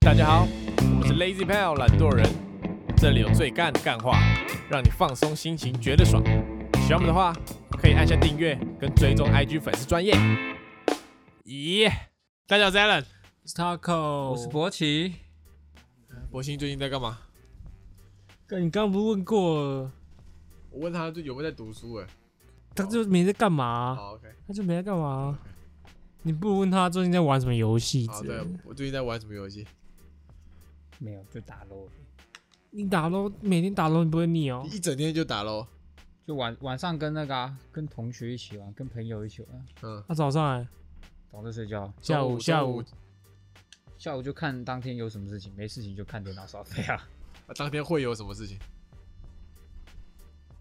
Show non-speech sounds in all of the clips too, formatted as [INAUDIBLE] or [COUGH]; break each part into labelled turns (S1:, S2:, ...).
S1: 大家好，我们是 Lazy Pal 懒惰人，这里有最干的干话，让你放松心情，觉得爽。喜欢我们的话，可以按下订阅跟追踪 IG 粉丝专业。咦，大家好，我是 Alan。
S2: Taco，
S3: 我是博奇，
S1: 博鑫最近在干嘛？
S2: 哥哎你刚刚不是问过，
S1: 我问他有没有在读书、哎，
S2: 他就没在干嘛、
S1: 好，OK。
S2: 他就没在干嘛、你不如问他最近在玩什么游戏
S1: 好，
S2: 之类
S1: 哦对
S2: 的。
S1: 我最近在玩什么游戏？
S3: 没有就打 l
S2: 你打喽，每天打喽，你不会腻哦
S1: 你。一整天就打喽。
S3: 就晚晚上跟那个、啊、跟同学一起玩，跟朋友一起玩，
S1: 嗯，
S2: 他、早上、欸、
S3: 早就睡觉，
S2: 下午、下午
S1: 中，
S3: 下午就看当天有什么事情，没事情就看电脑刷飞 [LAUGHS] 啊。
S1: 啊当天会有什么事情？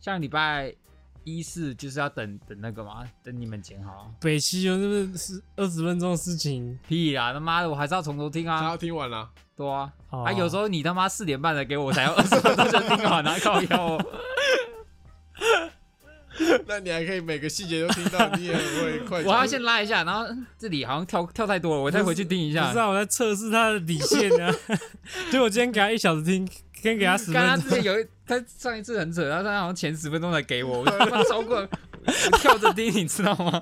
S3: 像礼拜一四就是要等等那个嘛，等你们剪好。
S2: 北西有那么是二十分钟的事情，
S3: 屁啦，他妈的，我还是要从头听
S1: 他
S3: 啊，
S1: 要听完了，
S3: 对啊，
S2: 哦
S3: 啊，有时候你他妈四点半才给我，才要二十分钟就听完啊，靠腰哦。
S1: [LAUGHS] 那你还可以每个细节都听到，你也会快。
S3: 我还要先拉一下，然后这里好像跳跳太多了，我再回去听一
S2: 不
S3: 下
S2: 是。啊，我在测试他的底线啊。
S3: [LAUGHS]
S2: 结果今天给他一小时听，先给他十
S3: 刚刚
S2: 分
S3: 之
S2: 钟，
S3: 前有一，他上一次很扯，他他好像前十分钟才给我，我他妈超过，我跳着低，你知道吗？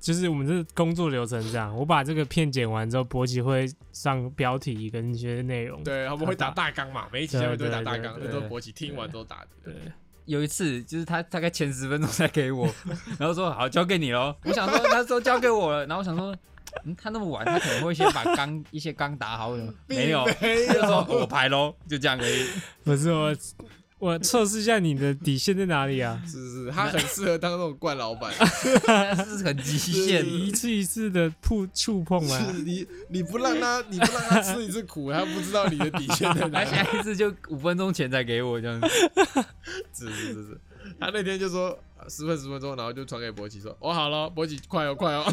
S2: 就是我们这工作流程是这样。我把这个片剪完之后，博奇会上标题跟一些内容。
S1: 对，他们会打大纲嘛，每一集下面都会打大纲，
S2: 对对
S1: 那
S2: 对
S1: 都是博奇听完之后打的。
S2: 对，
S3: 有一次就是他大概前十分钟才给我，然后说好交给你喽。我想说那时候交给我了，然后我想说，嗯，他那么晚，他可能会先把钢一些钢打好了，没有，
S1: 没
S3: 他就
S1: 有，
S3: 说 [LAUGHS] 我排喽，就这样而已。
S2: 不是我，我测试一下你的底线在哪里 [LAUGHS] 啊？
S1: 是是，他很适合当那种惯老板。
S3: 但是很极限，
S2: 一次一次的触触碰啊，
S1: 是你你不让他，你不让他吃一次苦，他不知道你的底线在哪
S3: [LAUGHS] 他
S1: 里。
S3: 下一次就五分钟前才给我这样子。
S1: 是是是是，他那天就说十分十分钟，然后就传给博奇说：“我、好了，博奇快哦快哦，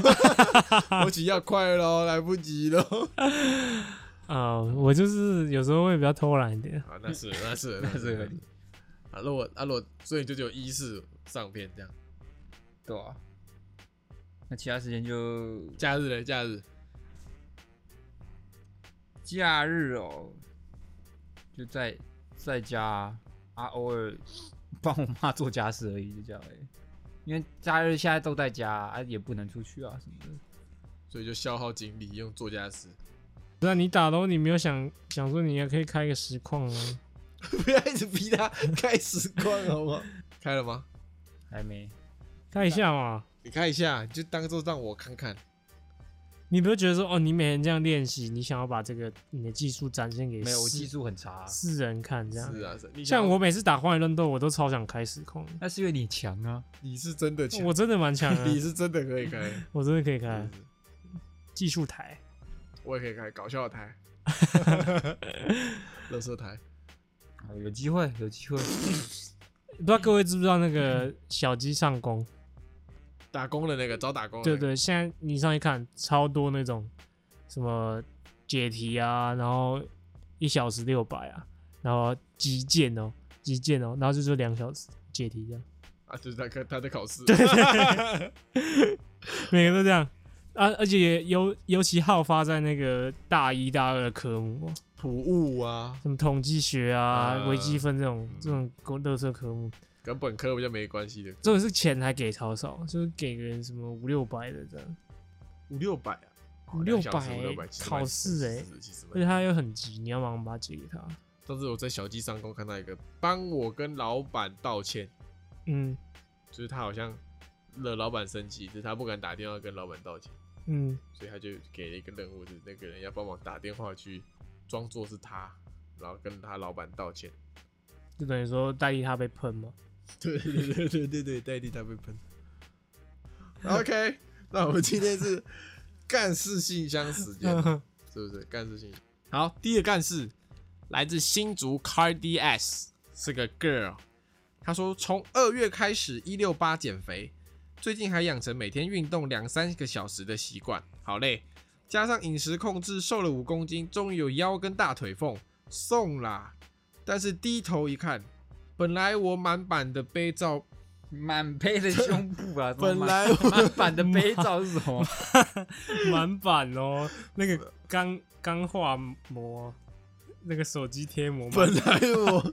S1: 博奇要快喽，来不及喽。”
S2: 啊、我就是有时候会比较偷懒一点。
S1: 啊，那是那是那
S3: 是合
S1: 是
S3: 理
S1: 啊，如果啊如果，所以就只有一四上片这样。
S3: 对啊，那其他时间就
S1: 假日嘞，假日
S3: 假日哦，就在在家啊，啊偶尔帮我妈做家事而已，就这样而已。因为假日现在都在家啊，也不能出去啊什么的。
S1: 所以就消耗精力用做家事。
S2: 那啊你打喽，你没有想想说你也可以开个实况吗？
S1: 不要一直逼他开实况好吗？开了吗？
S3: 还没，
S2: 开一下嘛。
S1: 你开一下，就当做让我看看。
S2: 你不会觉得说哦，你每天这样练习，你想要把这个你的技术展现给
S3: 没有，我
S2: 世
S3: 技术很差啊、
S2: 世人看这样。
S1: 是啊，是你想
S2: 像我每次打荒野乱斗，我都超想开实 [LAUGHS] 况的，
S3: 那是因为你强啊。
S1: 你是真的强嗯
S2: 我，真的蛮强
S1: [LAUGHS]
S2: [LAUGHS]
S1: 你
S2: 的，
S1: 是真的可以开，
S2: 我真的可
S1: 是
S2: 以开
S1: 是
S2: 技术台。
S1: 我也可以开搞笑 [LAUGHS] 台，乐色台。
S3: 好有机会，有机会。
S2: 不知道各位知不知道那个小鸡上弓？
S1: 打工的那个，找打工的那
S2: 对
S1: 个。
S2: 对，现在你上去看，超多那种什么解题啊，然后一小时六百啊，然后击剑哦，击剑哦，然后就是两小时解题这样，
S1: 啊，就是他他在考试。
S2: 每个都这样啊，而且尤尤其好发在那个大一大二的科目哦，
S1: [LAUGHS] 普物啊，
S2: 什么统计学啊、
S1: 呃
S2: 微积分这种这种公乐色科目，
S1: 跟本科比较没关系的，
S2: 重点是钱还给超少，就是给个什么五六百的这样，
S1: 五六百啊，哦
S2: 五
S1: 两
S2: 六
S1: 小时
S2: 百
S1: 五六百70
S2: 考试欸
S1: 70 70
S2: 而且他又很急，你要马上把它解给他，
S1: 上次我在小鸡上工看到一个，帮我跟老板道歉，
S2: 嗯
S1: 就是他好像惹老板生气，就是他不敢打电话跟老板道歉，
S2: 嗯。
S1: 所以他就给了一个任务，就是那个人要帮忙打电话去装作是他，然后跟他老板道歉。
S2: 就等于说代替他被喷嘛。
S1: [LAUGHS] 对对对对对对，代替他被喷。OK，那我们今天是干事信箱时 [LAUGHS]
S2: [LAUGHS]
S1: 间，是不是？干事信箱。好，第一个干事来自新竹 Cardi S，是个 girl。她说从二月开始一六八减肥，最近还养成每天运动两三个小时的习惯，好累。加上饮食控制，瘦了五公斤，终于有腰跟大腿缝，送啦。但是低头一看，本来我满版的杯照，
S3: 满杯的胸部啊，
S1: 本来
S3: 满满版的杯罩是什么？
S1: [LAUGHS]
S2: 满版哦，那个刚钢化膜那个手机贴膜
S1: 本来我
S2: [LAUGHS]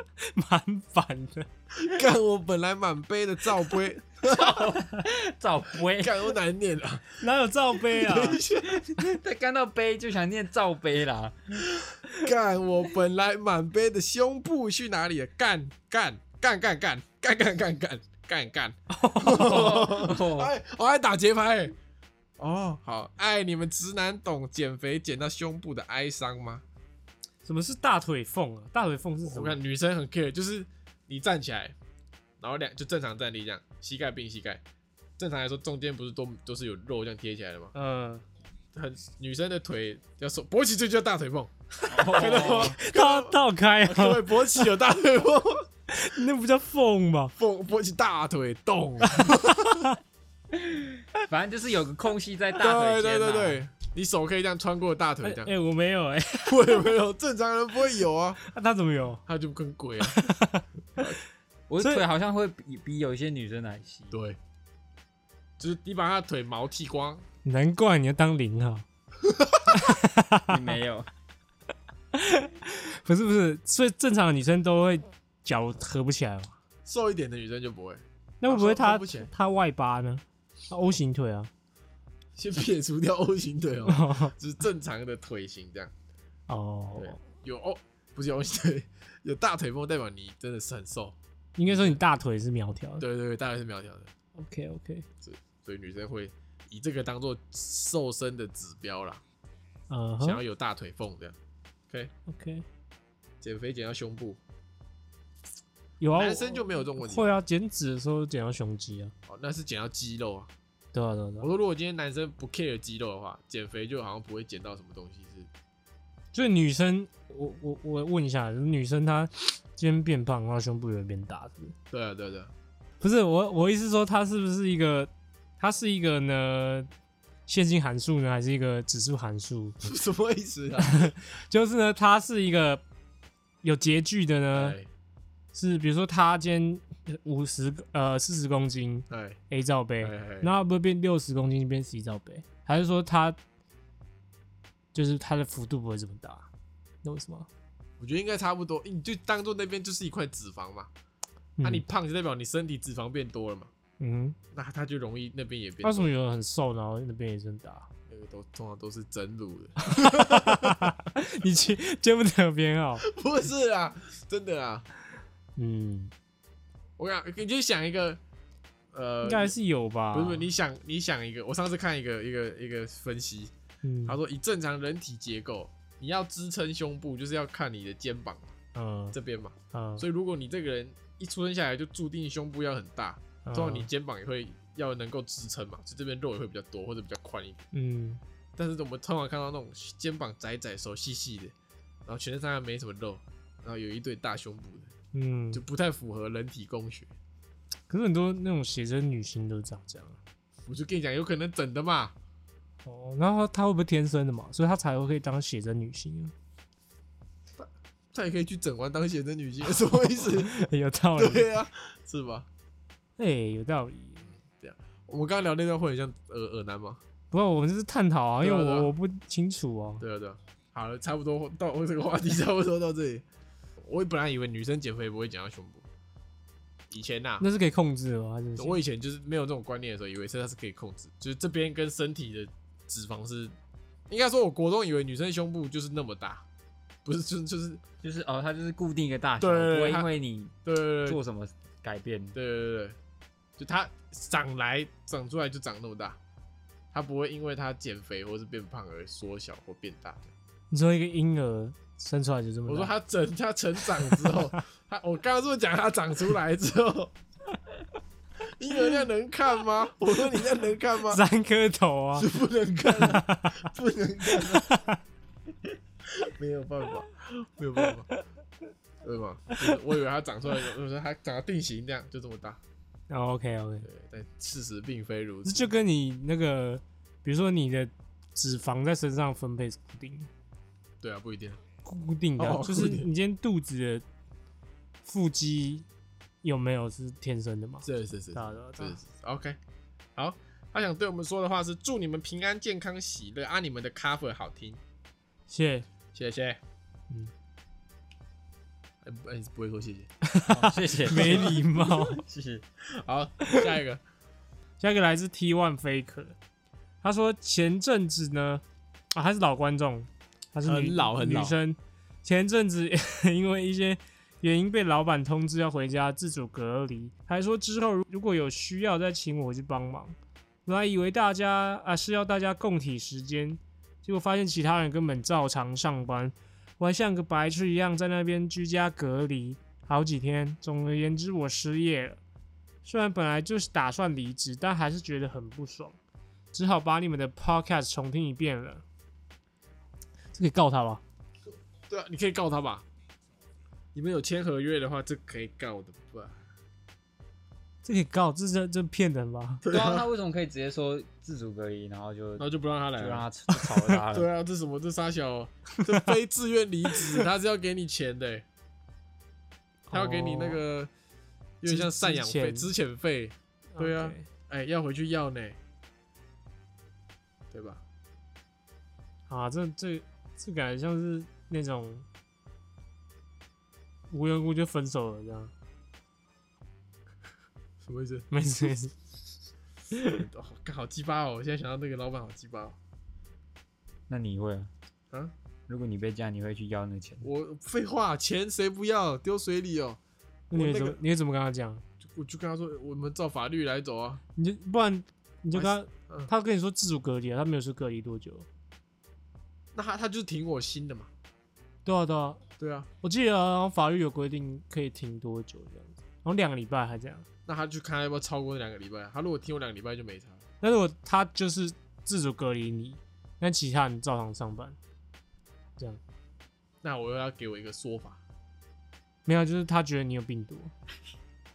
S2: 蛮蛮烦的，
S1: 干我本来满杯的罩杯， [LAUGHS]
S3: 照杯，
S1: 干我难念啊！
S2: 哪有罩杯啊？ [LAUGHS]
S1: 等一下，
S3: 他干到杯就想念罩杯啦。
S1: 干我本来满杯的胸部去哪里了？干干干干干干干干干干干！
S3: 哦
S1: 哎，我还打节拍欸。哦，好，爱你们直男懂减肥减到胸部的哀伤吗？
S2: 什么是大腿缝啊？大腿缝是什
S1: 我
S2: 么
S1: 看？女生很 care，就是你站起来，然后两就正常站立这样，膝盖并膝盖。正常来说，中间不是都都是有肉这样贴起来的吗？
S2: 嗯，
S1: [LAUGHS] 很女生的腿要说勃起，这就叫大腿缝。
S3: 哦
S2: 倒倒开啊，
S1: 各位勃起有大腿缝，
S2: 那不叫缝吧？
S1: 缝勃起大腿洞。
S3: 反正就是有个空隙在大
S1: 对
S3: 腿间、啊。
S1: 对对对，你手可以这样穿过大腿
S2: 哎
S1: 这、样。
S2: 哎我没有哎、
S1: 我也没有，正常人不会有啊，
S2: 那他怎么有？
S1: 他就跟鬼啊。
S3: 我
S2: 所以
S3: 腿好像会比比有一些女生还细。
S1: [LAUGHS] 对，就是你把他的腿毛剃光，
S2: 难怪你要当零号。
S1: [LAUGHS]
S3: 你没有，
S2: 不是不是，所以正常的女生都会脚合不起来嘛？
S1: 瘦一点的女生就不会。
S2: 那会不会
S1: 啊合
S2: 她
S1: 不起来
S2: 她外八呢？她 O 型腿啊？
S1: 先撇除掉 O 型
S2: [LAUGHS]
S1: 腿哦，就是正常的腿型这样。
S2: 哦
S1: 对，，有 O 不是 O 型腿， [LAUGHS] 有大腿缝代表你真的是很瘦。
S2: 应该说你大腿是苗条的。
S1: 对对对，大概是苗条的，
S2: OK OK，
S1: 所以女生会以这个当做瘦身的指标啦，
S2: 嗯
S1: 想
S2: 哼
S1: 要有大腿缝这样。
S2: ，OK，
S1: 减肥减到胸部，
S2: 有啊，
S1: 男生就没有这种
S2: 我
S1: 问题。
S2: 会啊，减脂的时候减到胸肌啊。
S1: 哦，那是减到肌肉啊。
S2: 对啊对啊，对
S1: 我
S2: 啊
S1: 说，如果今天男生不 care 肌肉的话，减肥就好像不会减到什么东西是
S2: 就是女生，我我我问一下，女生她今天变胖，然后胸部也会变大，是不是？
S1: 对啊，对啊，对啊，
S2: 不是我，我意思说，它是不是一个，它是一个呢线性函数呢，还是一个指数函数？
S1: [LAUGHS] 什么意思啊？ [LAUGHS]
S2: 就是呢，它是一个有截距的呢，
S1: 哎
S2: 是比如说它今天五十呃四十公斤
S1: 哎
S2: A 罩杯，
S1: 哎，
S2: 那会不会变六十公斤变 C 罩杯？还是说它就是它的幅度不会这么大？那为什
S1: 啊
S2: 么？
S1: 我觉得应该差不多，你就当做那边就是一块脂肪嘛。
S2: 嗯
S1: 那、你胖就代表你身体脂肪变多了嘛，
S2: 嗯，
S1: 那它就容易那边也变
S2: 为什
S1: 多。
S2: 么有人很瘦，然后那边也是很大？ [LAUGHS]
S1: 那个都通常都是整乳的， [LAUGHS]
S2: 你见见不得别人好，
S1: 不是啊，真的啊。
S2: 嗯。
S1: 我讲，你就想一个，呃，
S2: 应该是有吧？
S1: 不是不是，你想你想一个，我上次看一个一个一个分析，
S2: 嗯，
S1: 他说以正常人体结构，你要支撑胸部就是要看你的肩膀
S2: 嗯
S1: 这边嘛，
S2: 嗯，
S1: 所以如果你这个人一出生下来就注定胸部要很大，
S2: 嗯
S1: 通常你肩膀也会要能够支撑嘛，所以这边肉也会比较多或者比较宽一点。
S2: 嗯
S1: 但是我们通常看到那种肩膀窄窄、手细细的，然后全身上下没什么肉，然后有一对大胸部的，
S2: 嗯
S1: 就，不太符合人体工学。
S2: 可是很多那种写真女星都长这样啊。
S1: 我就跟你讲，有可能整的嘛，
S2: 哦，然后她会不会天生的嘛？所以她才会可以当写真女星啊， [LAUGHS]
S1: 他也可以去整完当写真女星，什么意思？
S2: 有道理，
S1: 对啊，是吧？
S2: 哎、有道理。
S1: 我们刚刚聊那段会很像耳耳男吗？
S2: 不过我们这是探讨啊，因
S1: 对
S2: 为
S1: 啊
S2: 我、
S1: 对啊
S2: 我不清楚啊。
S1: 对啊，对啊。好了，差不多到这个话题差不多到这里。 [LAUGHS] 我本来以为女生减肥不会减到胸部，以前呐、
S2: 那是可以控制的吗？还是
S1: 我以前就是没有这种观念的时候，以为身上是可以控制，就是这边跟身体的脂肪是，应该说，我国中以为女生胸部就是那么大，不是就就是
S3: 就是哦，它就是固定一个大小，
S1: 对
S3: 不会
S1: 它
S3: 因为你
S1: 对对对
S3: 做什么改变。
S1: 对对对，就它长来长出来就长那么大，它不会因为它减肥或是变胖而缩小或变大。
S2: 你说一个婴儿生出来就这么大？
S1: 我说它整它成长之后，它我刚刚是不是讲它长出来之后，婴儿那能看吗？我说你那能看吗？
S2: [LAUGHS] 三颗头啊 [LAUGHS]
S1: 是，不能看、啊，不能看、啊，没有办法，没有办法，对吧？就是我以为它长出来，我说它长到定型这样就这么大，
S2: 哦，OK OK，
S1: 对，但事实并非如
S2: 这
S1: 此。
S2: 就跟你那个，比如说你的脂肪在身上分配是固定的。
S1: 对啊，不一定。
S2: 固定的啊、
S1: 哦
S2: 就是
S1: 固定
S2: 你今天肚子的腹肌有没有是天生的
S1: [LAUGHS]
S2: 嘛？
S1: 是是是，
S2: 大的，
S1: 是
S2: 对啊
S1: 是 OK。好，他想对我们说的话是：祝你们平安、健康、喜乐啊！你们的 cover 好听，
S2: 谢
S1: 谢
S2: 谢，
S1: 谢。
S2: 嗯
S1: 哎，不哎，不会说谢谢。
S3: 好哦
S1: [LAUGHS]
S3: 谢谢，
S2: 没礼貌。
S3: 谢谢。
S1: 好， [LAUGHS] 下一个，
S2: 下一个来自 T One Faker，他说前阵子呢，啊，他是老观众，他是女
S1: 很老很老
S2: 女生。前阵子 [LAUGHS] 因为一些原因被老板通知要回家自主隔离，他还说之后如如果有需要再请我回去帮忙。本来以为大家啊是要大家共体时间，结果发现其他人根本照常上班，我还像个白痴一样在那边居家隔离好几天。总而言之，我失业了。虽然本来就是打算离职，但还是觉得很不爽，只好把你们的 podcast 重听一遍了。这可以告他吧？
S1: 对啊，你可以告他吧。你们有签合约的话，这可以告的吧？
S2: 这可以告，这这这骗人吧？
S3: 对啊，他为什么可以直接说自主隔离，然后就
S1: 然后就不让他来
S3: 就
S1: 了。
S3: 让他吵吵了他
S1: 哦啊对
S3: 了？
S1: 啊，这什么？这傻 [LAUGHS] 小，这非自愿离职，他是要给你钱的、他要给你那
S3: 哦
S1: 个，有点像赡养费、资
S2: 资
S1: 遣费，对啊
S2: OK
S1: 哎、要回去要呢，对吧？
S2: 啊，这这这感觉像是那种无缘无故就分手了这样。
S1: 什么意 [LAUGHS] 思？
S2: 没事没事，
S1: 哦，干好鸡巴哦！我现在想到那个老板好鸡巴哦。
S3: 那你会啊？
S1: 啊，
S3: 如果你被这样，你会去要那个钱？
S1: 我废话，钱谁不要？丢水里哦！
S2: 那你
S1: 我
S2: 会
S1: 那
S2: 怎
S1: 个
S2: 么你会怎么跟他讲？
S1: 就我就跟他说，我们照法律来走啊。
S2: 你就不然你就跟
S1: 我
S2: 他、
S1: 还是嗯
S2: 他跟你说自主隔离啊，他没有说隔离多久。
S1: 那他他就是挺我心的嘛。
S2: 对啊对啊，
S1: 对啊，
S2: 我记得好像法律有规定可以停多久这样子，然后两个礼拜还这样。
S1: 那他就看他要不要超过那两个礼拜。啊他如果听我两个礼拜就没差。
S2: 但是我他就是自主隔离你，那其他人照常上班，这样
S1: 那我又要给我一个说法，
S2: 没有就是他觉得你有病毒，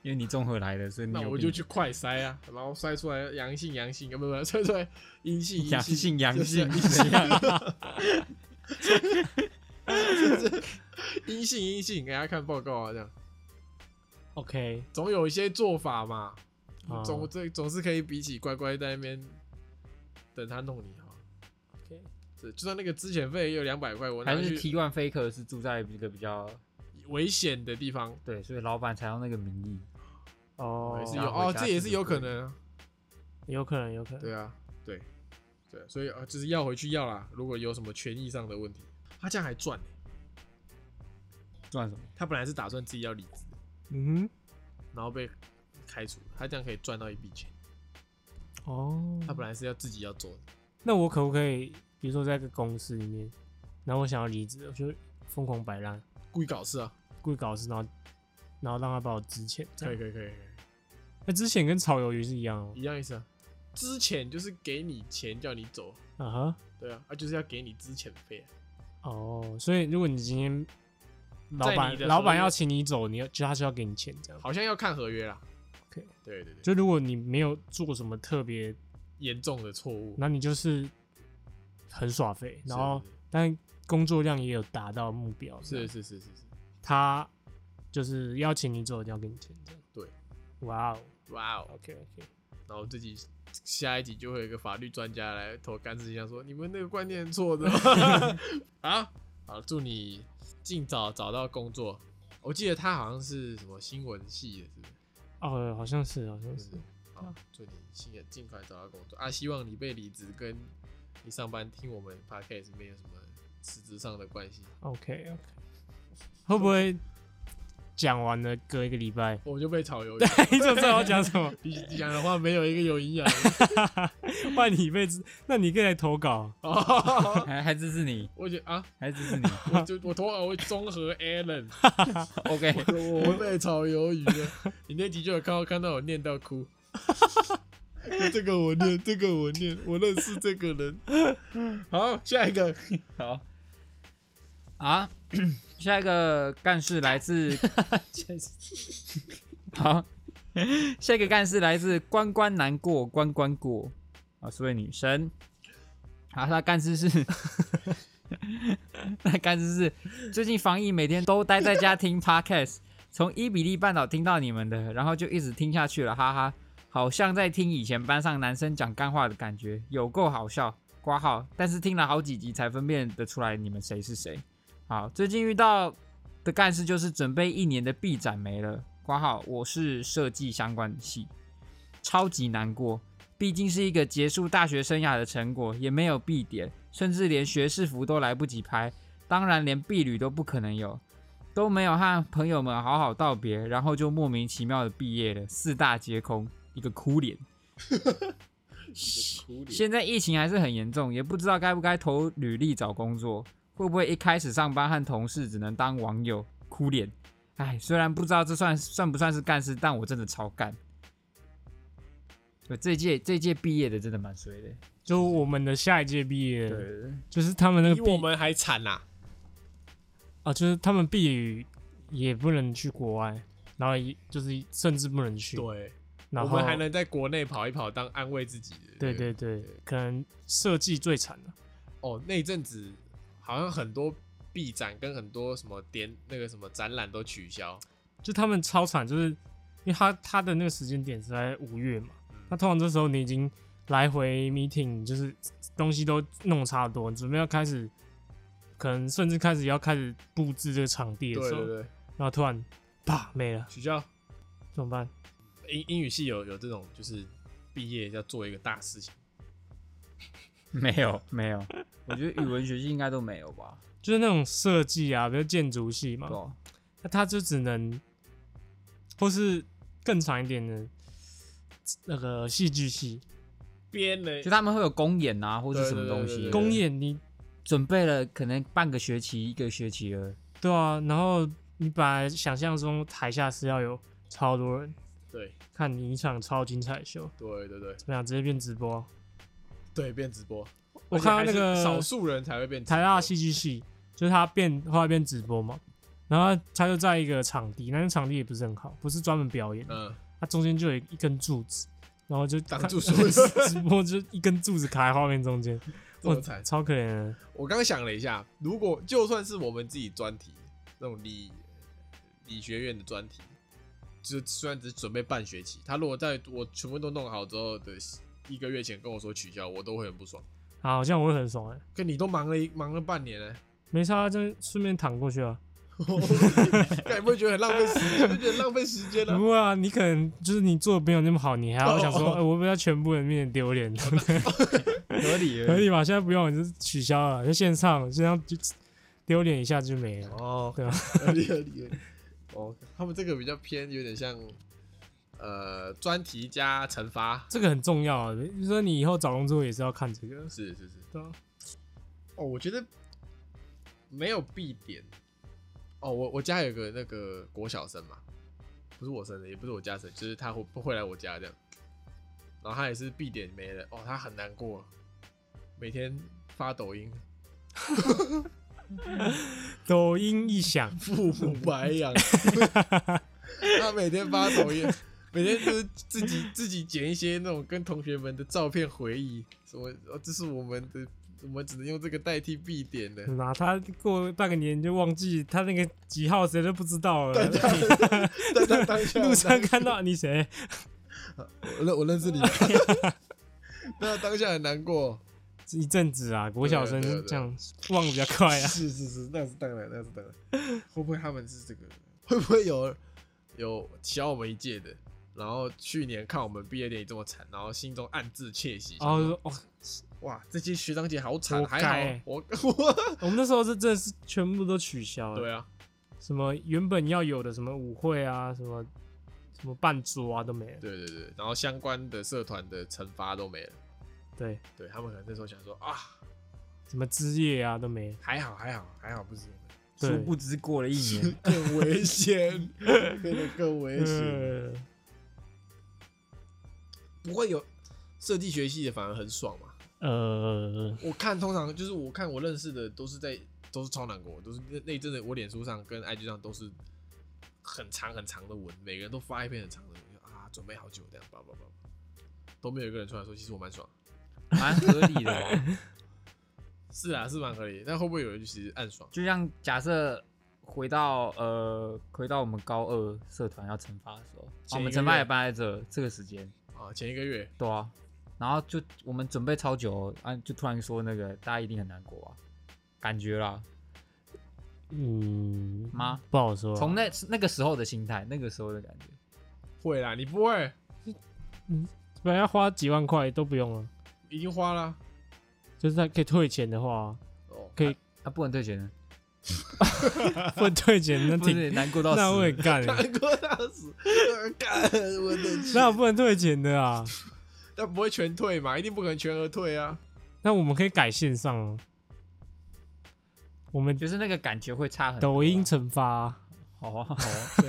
S3: 因为你综合来的，所以你
S1: 那
S3: 有
S1: 我
S3: 病
S1: 就去快筛啊，然后筛出来阳性阳性，啊不不，筛出来阴性
S3: 阳
S1: 性
S3: 性阳
S1: 就是
S3: 性
S1: 阴
S3: 怎样？
S1: [LAUGHS] 阴性阴性，给他看报告啊，这样
S2: OK，
S1: 总有一些做法嘛，
S2: 啊
S1: 总这总是可以比起乖乖在那边等他弄你哈。
S2: OK，
S1: 这就算那个之前费也有两百块，我拿
S3: 还是
S1: 去
S3: T One Faker 是住在一个比较
S1: 危险的地方
S3: 对，所以老板才用那个名义。
S2: 哦
S1: 也，是有
S3: 然后
S1: 哦
S3: 回，家
S1: 这也是有
S3: 自己
S1: 可能啊，
S2: 有可能有可能，
S1: 对啊，对对，所以啊，就是要回去要啦，如果有什么权益上的问题，他这样还赚呢、
S3: 赚什么？
S1: [LAUGHS] 他本来是打算自己要离职，
S2: 嗯
S1: 然后被开除，他这样可以赚到一笔钱。
S2: 哼，哦，
S1: 他本来是要自己要做的，
S2: 那我可不可以，比如说在一个公司里面，然后我想要离职，我就疯狂摆烂，
S1: 故意搞事啊！
S2: 故意搞事，然后然后让他把我支遣，这
S1: 可以
S2: 样
S1: 可以可以，可
S2: 那之前跟炒鱿鱼是一样哦
S1: 以，一样意思啊。之前就是给你钱叫你走，
S2: 啊哈。
S1: 对啊，啊就是要给你之前费、啊。
S2: 哦，所以如果你今天老
S1: 在
S2: 板
S1: 你的
S2: 老板
S1: 合约
S2: 要请你走，你要就他是要给你钱这样。
S1: 好像要看合约啦。
S2: OK
S1: 对对对，
S2: 就如果你没有做什么特别，
S1: 严重的错误，
S2: 那你就是很耍废，然后
S1: 是
S2: 但工作量也有达到目标，这
S1: 是
S2: 样
S1: 是是是是，
S2: 他就是要请你走，一定要给你钱这样。
S1: 对，
S2: 哇哦
S1: 哇哦！
S2: ，OK OK，
S1: 然后自己下一集就会有一个法律专家来投干事项说你们那个观念错
S2: [LAUGHS]
S1: 的啊！好，祝你尽早找到工作。我记得他好像是什么新闻系的，是不是？
S2: 哦，好像是好像
S1: 就是是，
S2: 嗯
S1: 好，祝你新的尽快找到工作啊！希望你被离职跟你上班听我们 podcast 没有什么实质上的关系。？
S2: OK OK，会不会讲完了隔一个礼拜 [LAUGHS]
S1: 我就被炒鱿鱼，
S2: 你怎么知道我要讲什么？
S1: 你你讲的话没有一个有营养的。 [LAUGHS]
S2: 换你被知，那你可以来投稿。
S1: 哦
S3: 还还支持你，
S1: 我觉得啊，
S3: 还支
S1: [LAUGHS]
S3: 持你。
S1: 我就我头脑会综合 Alan，
S3: OK，
S1: 我我被炒鱿鱼了。你那集就有看到看到我念到哭。这个我念，这个我念，我认识这个人。好，下一个，
S3: 好。啊， [COUGHS] 下一个干事来自好，下一个干事来自关关难过关关过啊，是位女生。啊，她干事是， [LAUGHS] 那干事是最近防疫，每天都待在家听 podcast，从伊比利半岛听到你们的，然后就一直听下去了，哈哈，好像在听以前班上男生讲干话的感觉，有够好笑。挂号，但是听了好几集才分辨得出来你们谁是谁。好，最近遇到的干事就是准备一年的毕展没了，挂号，我是设计相关系，超级难过，毕竟是一个结束大学生涯的成果，也没有毕典，甚至连学士服都来不及拍，当然连毕旅都不可能有。都没有和朋友们好好道别，然后就莫名其妙的毕业了，四大皆空，一个哭脸。现在疫情还是很严重，也不知道该不该投履历找工作，会不会一开始上班和同事只能当网友哭脸？哎，虽然不知道这算算不算是干事，但我真的超干。对，这届这届毕业的真的蛮衰的。
S2: 就我们的下一届毕业，
S3: 对，
S2: 就是他们那
S1: 比
S2: 个毕
S1: 我们还惨呐、
S2: 啊，就是他们毕业也不能去国外，然后也就是甚至不能去，
S1: 对，
S2: 然
S1: 我
S2: 后
S1: 们还能在国内跑一跑，当安慰自己的。
S2: 对对对，可能设计最惨了，
S1: 哦，那一阵子好像很多闭展跟很多什么点那个什么展览都取消，
S2: 就他们超惨，就是因为他他的那个时间点是在五月嘛，
S1: 嗯
S2: 那通常这时候你已经来回 meeting，就是东西都弄差不多，你准备要开始，可能甚至开始要开始布置这个场地
S1: 对
S2: 的时候，
S1: 对对，
S2: 然后突然啪没了，
S1: 取消。
S2: 怎么办？
S1: 英英语系有有这种，就是毕业要做一个大事情，
S3: 没有没有，我觉得语文学系应该都没有
S1: [LAUGHS]
S3: 吧？
S2: 就是那种设计啊，比如建筑系嘛
S3: 对，
S1: 啊
S3: 吧？
S2: 那他就只能，或是更长一点的那个戏剧系
S1: 编了
S3: 就他们会有公演啊，或是什么东
S1: 对
S3: 西
S1: 对。
S2: 公演你，
S3: 准备了可能半个学期、一个学期了，
S2: 对啊，然后你本来想象中台下是要有超多人
S1: 对
S2: 看你一场超精彩的秀，
S1: 对对对
S2: 怎么样？直接变直播？
S1: 对，变直播。
S2: 我看到
S1: 而且
S2: 那
S1: 还是
S2: 个
S1: 少数人才会变直播
S2: 台大戏剧系，就是他变后来变直播嘛，然后他就在一个场地，那个场地也不是很好，不是专门表演的，
S1: 嗯，
S2: 它中间就有一根柱子，然后就
S1: 挡
S2: 看
S1: 住所有人
S2: [LAUGHS] 直播就一根柱子卡在画面中间，
S1: 这么
S2: 哇
S1: 惨
S2: 超可怜的。
S1: 我刚想了一下，如果就算是我们自己专题那种理理学院的专题，就虽然只是准备半学期，他如果在我全部都弄好之后的一个月前跟我说取消，我都会很不爽。
S2: 好，这样我会很爽哎、
S1: 跟你都忙了一忙了 [LAUGHS] 半
S2: [LAUGHS]
S1: 年呢、
S2: 没差，就顺便躺过去啊。
S1: 欸，你不会觉得很浪费时间？不觉得浪费时间了、
S2: [LAUGHS] 不过啊，你可能就是你做的没有那么好，你还要想说，
S1: 哦哦哦
S2: 哎、我不要全部人面前丢脸， [LAUGHS]
S3: 合理
S2: 合理吧？现在不用，就是取消了，就线上，线上就丢脸一下就没了。
S1: 哦，
S2: 对啊
S1: 合 [LAUGHS] 理合理。合理哦，他们这个比较偏，有点像呃专题加惩罚。
S2: 这个很重要啊，就是说你以后找工作也是要看这个。
S1: 是是是，
S2: 对啊，
S1: 哦，我觉得没有必点。哦，我我家有个那个国小生嘛，不是我生的，也不是我家生，就是他会不会来我家这样。然后他也是必点没了，哦，他很难过，每天发抖音，
S2: 抖音一响，
S1: 父母白
S2: [LAUGHS]
S1: 养，他每天发抖音，每天就是自己自己剪一些那种跟同学们的照片回忆，什么哦，这是我们的，我们只能用这个代替必点的。
S2: 拿他过半个年就忘记他那个几号，谁都不知道了。
S1: [LAUGHS] 但他当下
S2: 路上看到你谁？
S1: 我认我认
S2: [LAUGHS]
S1: 识你，那当下很难过。
S2: 一阵子啊，国小
S1: [LAUGHS]
S2: 生
S1: 对啊对啊对啊
S2: 这样忘得比较快
S1: [LAUGHS]
S2: 啊。
S1: 是是是，那是当然，那是当然。会不会他们是这个？会不会有有小我们一届的，然后去年看我们毕业典礼这么惨，然后心中暗自窃喜，
S2: 然后
S1: 想
S2: 就
S1: 说
S2: 说哦，
S1: 哇，这些学长姐好惨，
S2: 活
S1: 还
S2: 该
S1: 好我 [LAUGHS] 我。
S2: 我们那时候是真的是全部都取消了。
S1: 对啊，
S2: 什么原本要有的什么舞会啊，什么什么办桌啊都没了。
S1: 对对对，然后相关的社团的惩罚都没了。
S2: 对，
S1: 对他们可能那时候想说啊，
S2: 什么之夜啊都没了。
S1: 还好还好还好，不是我们，
S2: 对，
S3: 殊不知过了一年
S1: [LAUGHS] 更危险，变得更危险。
S2: 呃，
S1: 不会有设计学系的反而很爽嘛？
S2: 呃，
S1: 我看通常就是我看我认识的都是在都是超难过，都是那那一阵子我脸书上跟 IG 上都是很长很长的文，每个人都发一篇很长的文，就啊准备好久这样，叭叭叭，都没有一个人出来说其实我蛮爽。
S3: 蛮合理的吧？
S1: 是啊，是蛮合理的，但会不会有人就其实暗爽？
S3: 就像假设回到呃，回到我们高二社团要惩罚的时候，哦
S1: 前
S3: 我
S1: 一个
S3: 们惩罚
S1: 月
S3: 也办在这这个时间，
S1: 啊，前一个月
S3: 对啊，然后就我们准备超久哦啊，就突然说那个大家一定很难过啊，感觉啦
S2: 嗯，
S3: 妈，
S2: 不好说啊。
S3: 从那那个时候的心态，那个时候的感觉，
S1: 会啦，你不会，
S2: 本来要花几万块都不用了，
S1: 已经花了。
S2: 就是他可以退钱的
S3: [LAUGHS]
S2: 话，
S1: [LAUGHS] 哦，
S2: 可以
S3: 啊，不能退钱，
S2: 不退钱那
S3: 不
S2: 挺
S3: 能难过到
S2: 那我也
S3: 死。
S2: 干欸，
S1: 难过到死，干我的气，
S2: 那不能退钱的啊。
S1: 但不会全退嘛，一定不可能全额退啊。
S2: 那我们可以改线上哦，我们
S3: 就是那个感觉会差很多啊。
S2: 抖音惩罚啊、
S3: 哦，好啊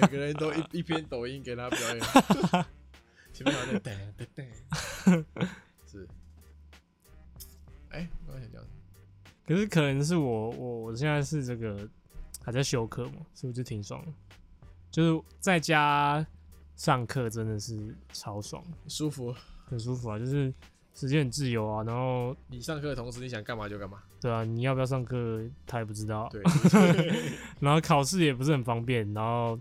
S1: 每个人 [LAUGHS] 都一一篇抖音给他表 [LAUGHS] 演，前面还在噔噔噔， [LAUGHS] 是。哎、我刚才想讲什么，
S2: 可是可能是我我我现在是这个还在休课嘛，所以我就挺爽的，就是在家上课真的是超爽，
S1: 舒服。
S2: 很舒服啊，就是时间很自由啊，然后
S1: 你上课的同时，你想干嘛就干嘛。
S2: 对啊，你要不要上课他也不知道，啊
S1: 对，
S2: 然后考试也不是很方便，然后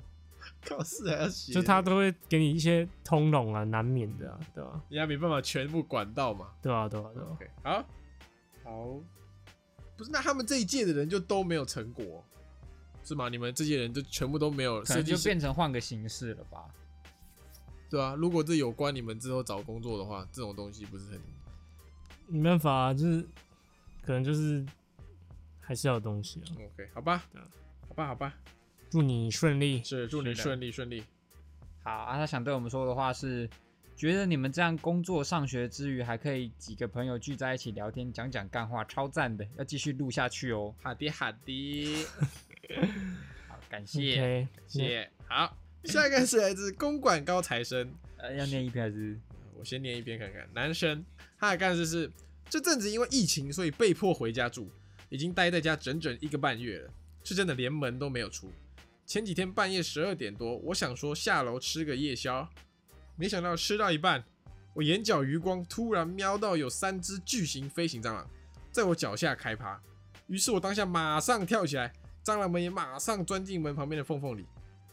S1: [LAUGHS] 考试还要写，
S2: 就他都会给你一些通融啊，难免的啊，对吧、啊？
S1: 人家没办法全部管到嘛。
S2: 对啊，对啊，对啊，
S1: OK，好，好，不是，那他们这一届的人就都没有成果，是吗？你们这些人就全部都没有，
S3: 可
S1: 设
S3: 能
S1: 计
S3: 就
S1: 系
S3: 变成换个形式了吧？
S1: 对啊。如果这有关你们之后找工作的话，这种东西不是很
S2: 没办法、啊，就是可能就是还是要有东西啊。
S1: OK？好嗯吧
S2: 对啊，
S1: 好吧，好吧，
S2: 祝你顺利，
S1: 是祝
S3: 是
S1: 你
S3: 的
S1: 顺利顺利。
S3: 好啊，他想对我们说的话是，觉得你们这样工作上学之余，还可以几个朋友聚在一起聊天，讲讲干话，超赞的，要继续录下去哦。
S1: 好的好的，
S3: 好，感谢。
S2: OK，
S1: 谢谢。好， [LAUGHS] 下一个是来自公馆高材生。
S3: 呃，要念一篇还是？
S1: 我先念一篇看看。男生，他的干事是这阵子因为疫情，所以被迫回家住，已经待在家整整一个半月了，是真的连门都没有出。前几天半夜十二点多，我想说下楼吃个夜宵，没想到吃到一半，我眼角余光突然瞄到有三只巨型飞行蟑螂在我脚下开趴，于是我当下马上跳起来，蟑螂们也马上钻进门旁边的缝缝里。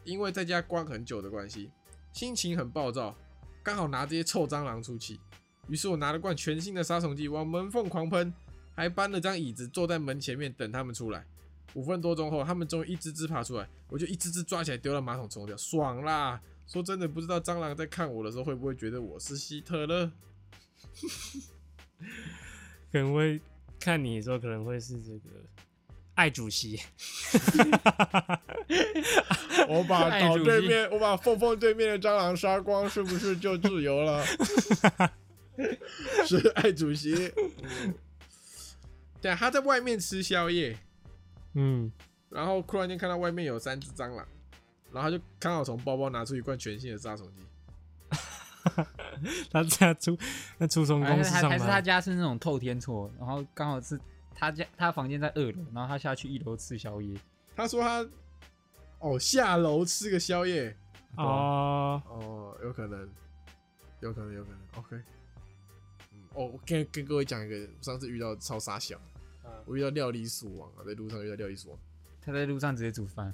S1: 因为在家关很久的关系，心情很暴躁，刚好拿这些臭蟑螂出气。于是我拿了罐全新的杀虫剂往门缝狂喷，还搬了张椅子坐在门前面等他们出来。五分多钟后，他们终于一只只爬出来，我就一只只抓起来丢到马桶冲掉，爽啦！说真的，不知道蟑螂在看我的时候会不会觉得我是希特勒？
S2: 可能会看你的时候，可能会是这个爱主席，
S1: 我把
S3: 爱
S1: 岛
S3: 主
S1: 对
S3: 席
S1: 面，我把凤凤对面的蟑螂杀光，是不是就自由了？是爱主席。嗯对啊，他在外面吃宵夜，
S2: 嗯，
S1: 然后突然间看到外面有三只蟑螂，然后他就刚好从包包拿出一罐全新的杀虫剂。
S2: 他家出那初中
S3: 还
S2: 公
S3: 是
S2: 司
S3: 他
S2: 上
S3: 还是他
S2: 班，
S3: 家是那种透天厝，然后刚好是他家他房间在二楼，然后他下去一楼吃宵夜。
S1: 他说他哦下楼吃个宵夜，
S2: 哦，
S1: 哦，有可能，有可能，有可能。OK，嗯，哦，我跟跟各位讲一个，我上次遇到超傻小，我遇到料理鼠王啊，在路上遇到料理鼠王。
S3: 他在路上直接煮饭，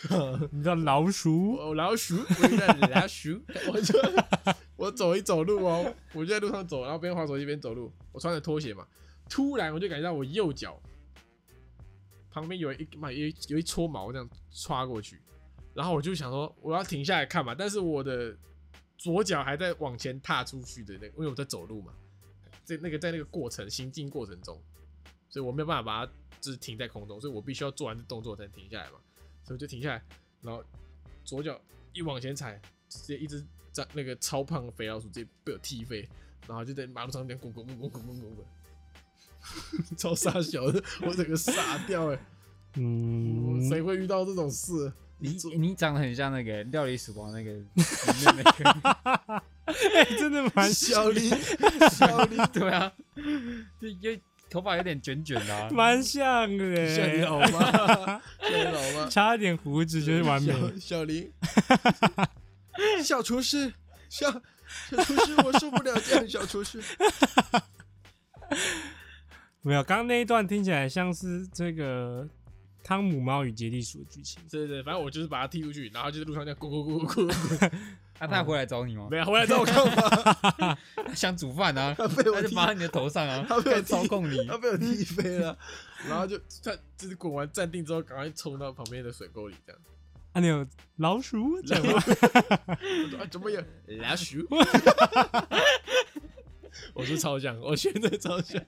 S2: [LAUGHS] 你知道老鼠，
S1: 我老鼠，我遇到老鼠，我就我走一走路哦，我就在路上走，然后边滑手机边走路，我穿着拖鞋嘛，突然我就感觉到我右脚旁边有一嘛有一有一撮毛这样刷过去，然后我就想说我要停下来看嘛，但是我的左脚还在往前踏出去的那个，因为我在走路嘛，在那个在那个过程行进过程中，所以我没有办法把它就是停在空中，所以我必须要做完这动作才能停下来嘛，所以我就停下来，然后左脚一往前踩，直接一只蟑那个超胖的肥老鼠直接被我踢飞，然后就在马路上面滚滚滚滚滚滚滚滚， [LAUGHS] 超傻小的，我整个傻掉哎、
S2: 嗯，
S1: 谁会遇到这种事？
S3: 你
S1: 做
S3: 你长得很像那个料理鼠王那个里
S2: [LAUGHS]
S3: 面那个，啊
S2: 哎， [LAUGHS] 真
S1: [LAUGHS]
S2: 的蛮。
S1: 小林，小林，
S3: [LAUGHS] 对啊，就有头发有点卷卷的、啊
S2: [LAUGHS]
S3: [LAUGHS]
S2: 蛮像的
S1: 小林
S2: 欸，
S1: 好吗？小林好吗？
S2: 差一点胡子就是完美，
S1: 小小林，小厨师，小小厨师，我受不了这样，小厨
S2: [LAUGHS]
S1: 师。
S2: 没有，刚刚那一段听起来像是这个汤姆猫与杰地鼠的剧情。
S1: 对对，反正我就是把他踢出去，然后就在路上这样咕咕咕咕咕咕。
S3: 那啊他还回来找你吗？
S1: 嗯没有回来找我干嘛？
S3: 他想煮饭啊，
S1: 他被我
S3: 他就
S1: 踢
S3: 扒你的头上啊，
S1: 他被我
S3: 开始
S1: 踢
S3: 操控你。
S1: 他被我踢飞了，然后就他就是滚完站定之后，赶快冲到旁边的水沟里，这样。
S2: [LAUGHS] 啊，你有老鼠？这样吗
S1: 我说啊，怎么有老鼠？ [LAUGHS] 我说超像，我现在超像。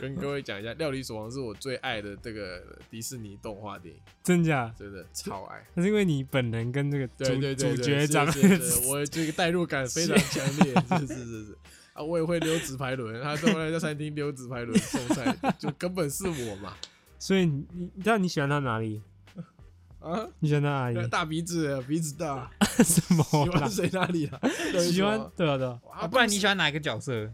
S1: 跟各位讲一下，《料理鼠王》是我最爱的这个迪士尼动画电影，
S2: 真假？ [LAUGHS]
S1: 真的超爱。
S2: 那是因为你本人跟这个主
S1: 对对对对，
S2: 主角
S1: 是
S2: 长 [LAUGHS]
S1: 是是我这个代入感非常强烈，是是是是啊，我也会溜直排轮，他后来在餐厅溜直排轮送菜，就根本是我嘛
S2: 所以你你你知道你喜欢他哪里？
S1: 啊，
S2: 你喜欢他哪里？
S1: 大鼻子啊鼻子大，
S2: [LAUGHS] 什么
S1: 喜
S2: 哎哦啦
S1: 欢？谁哪里了？
S2: [LAUGHS] 喜欢对啊对啊，
S1: 啊，
S3: 啊，不然你喜欢哪一个角色？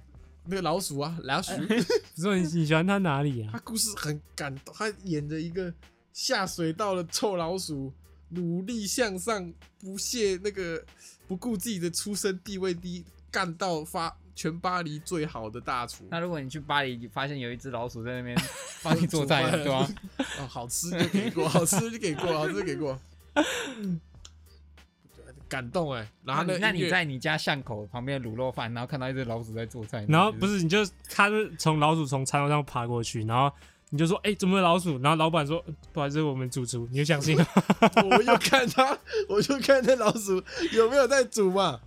S1: 那个老鼠啊，老鼠，
S2: 不是你你喜欢他哪里
S1: 他
S2: 啊？
S1: 故事很感动，他演着一个下水道的臭老鼠，努力向上，不懈那个不顾自己的出身地位低，干到发全巴黎最好的大厨。
S3: 那如果你去巴黎发现有一只老鼠在那边 [LAUGHS] 帮你做
S1: [LAUGHS] 煮饭
S3: 菜，啊对吧？
S1: 哦，好吃就给过，好吃就给过，好吃就给过。嗯，感动哎、然后
S3: 那
S1: 呢？
S3: 你那你在你家巷口旁边的卤肉饭，然后看到一只老鼠在做菜，
S2: 然后不
S3: 是
S2: 是你就他就从老鼠从餐桌上爬过去，然后你就说哎、怎么有老鼠？然后老板说呃不好意思，我们主厨，你就相信啊？
S1: 我就看他，我就看那老鼠有没有在煮嘛。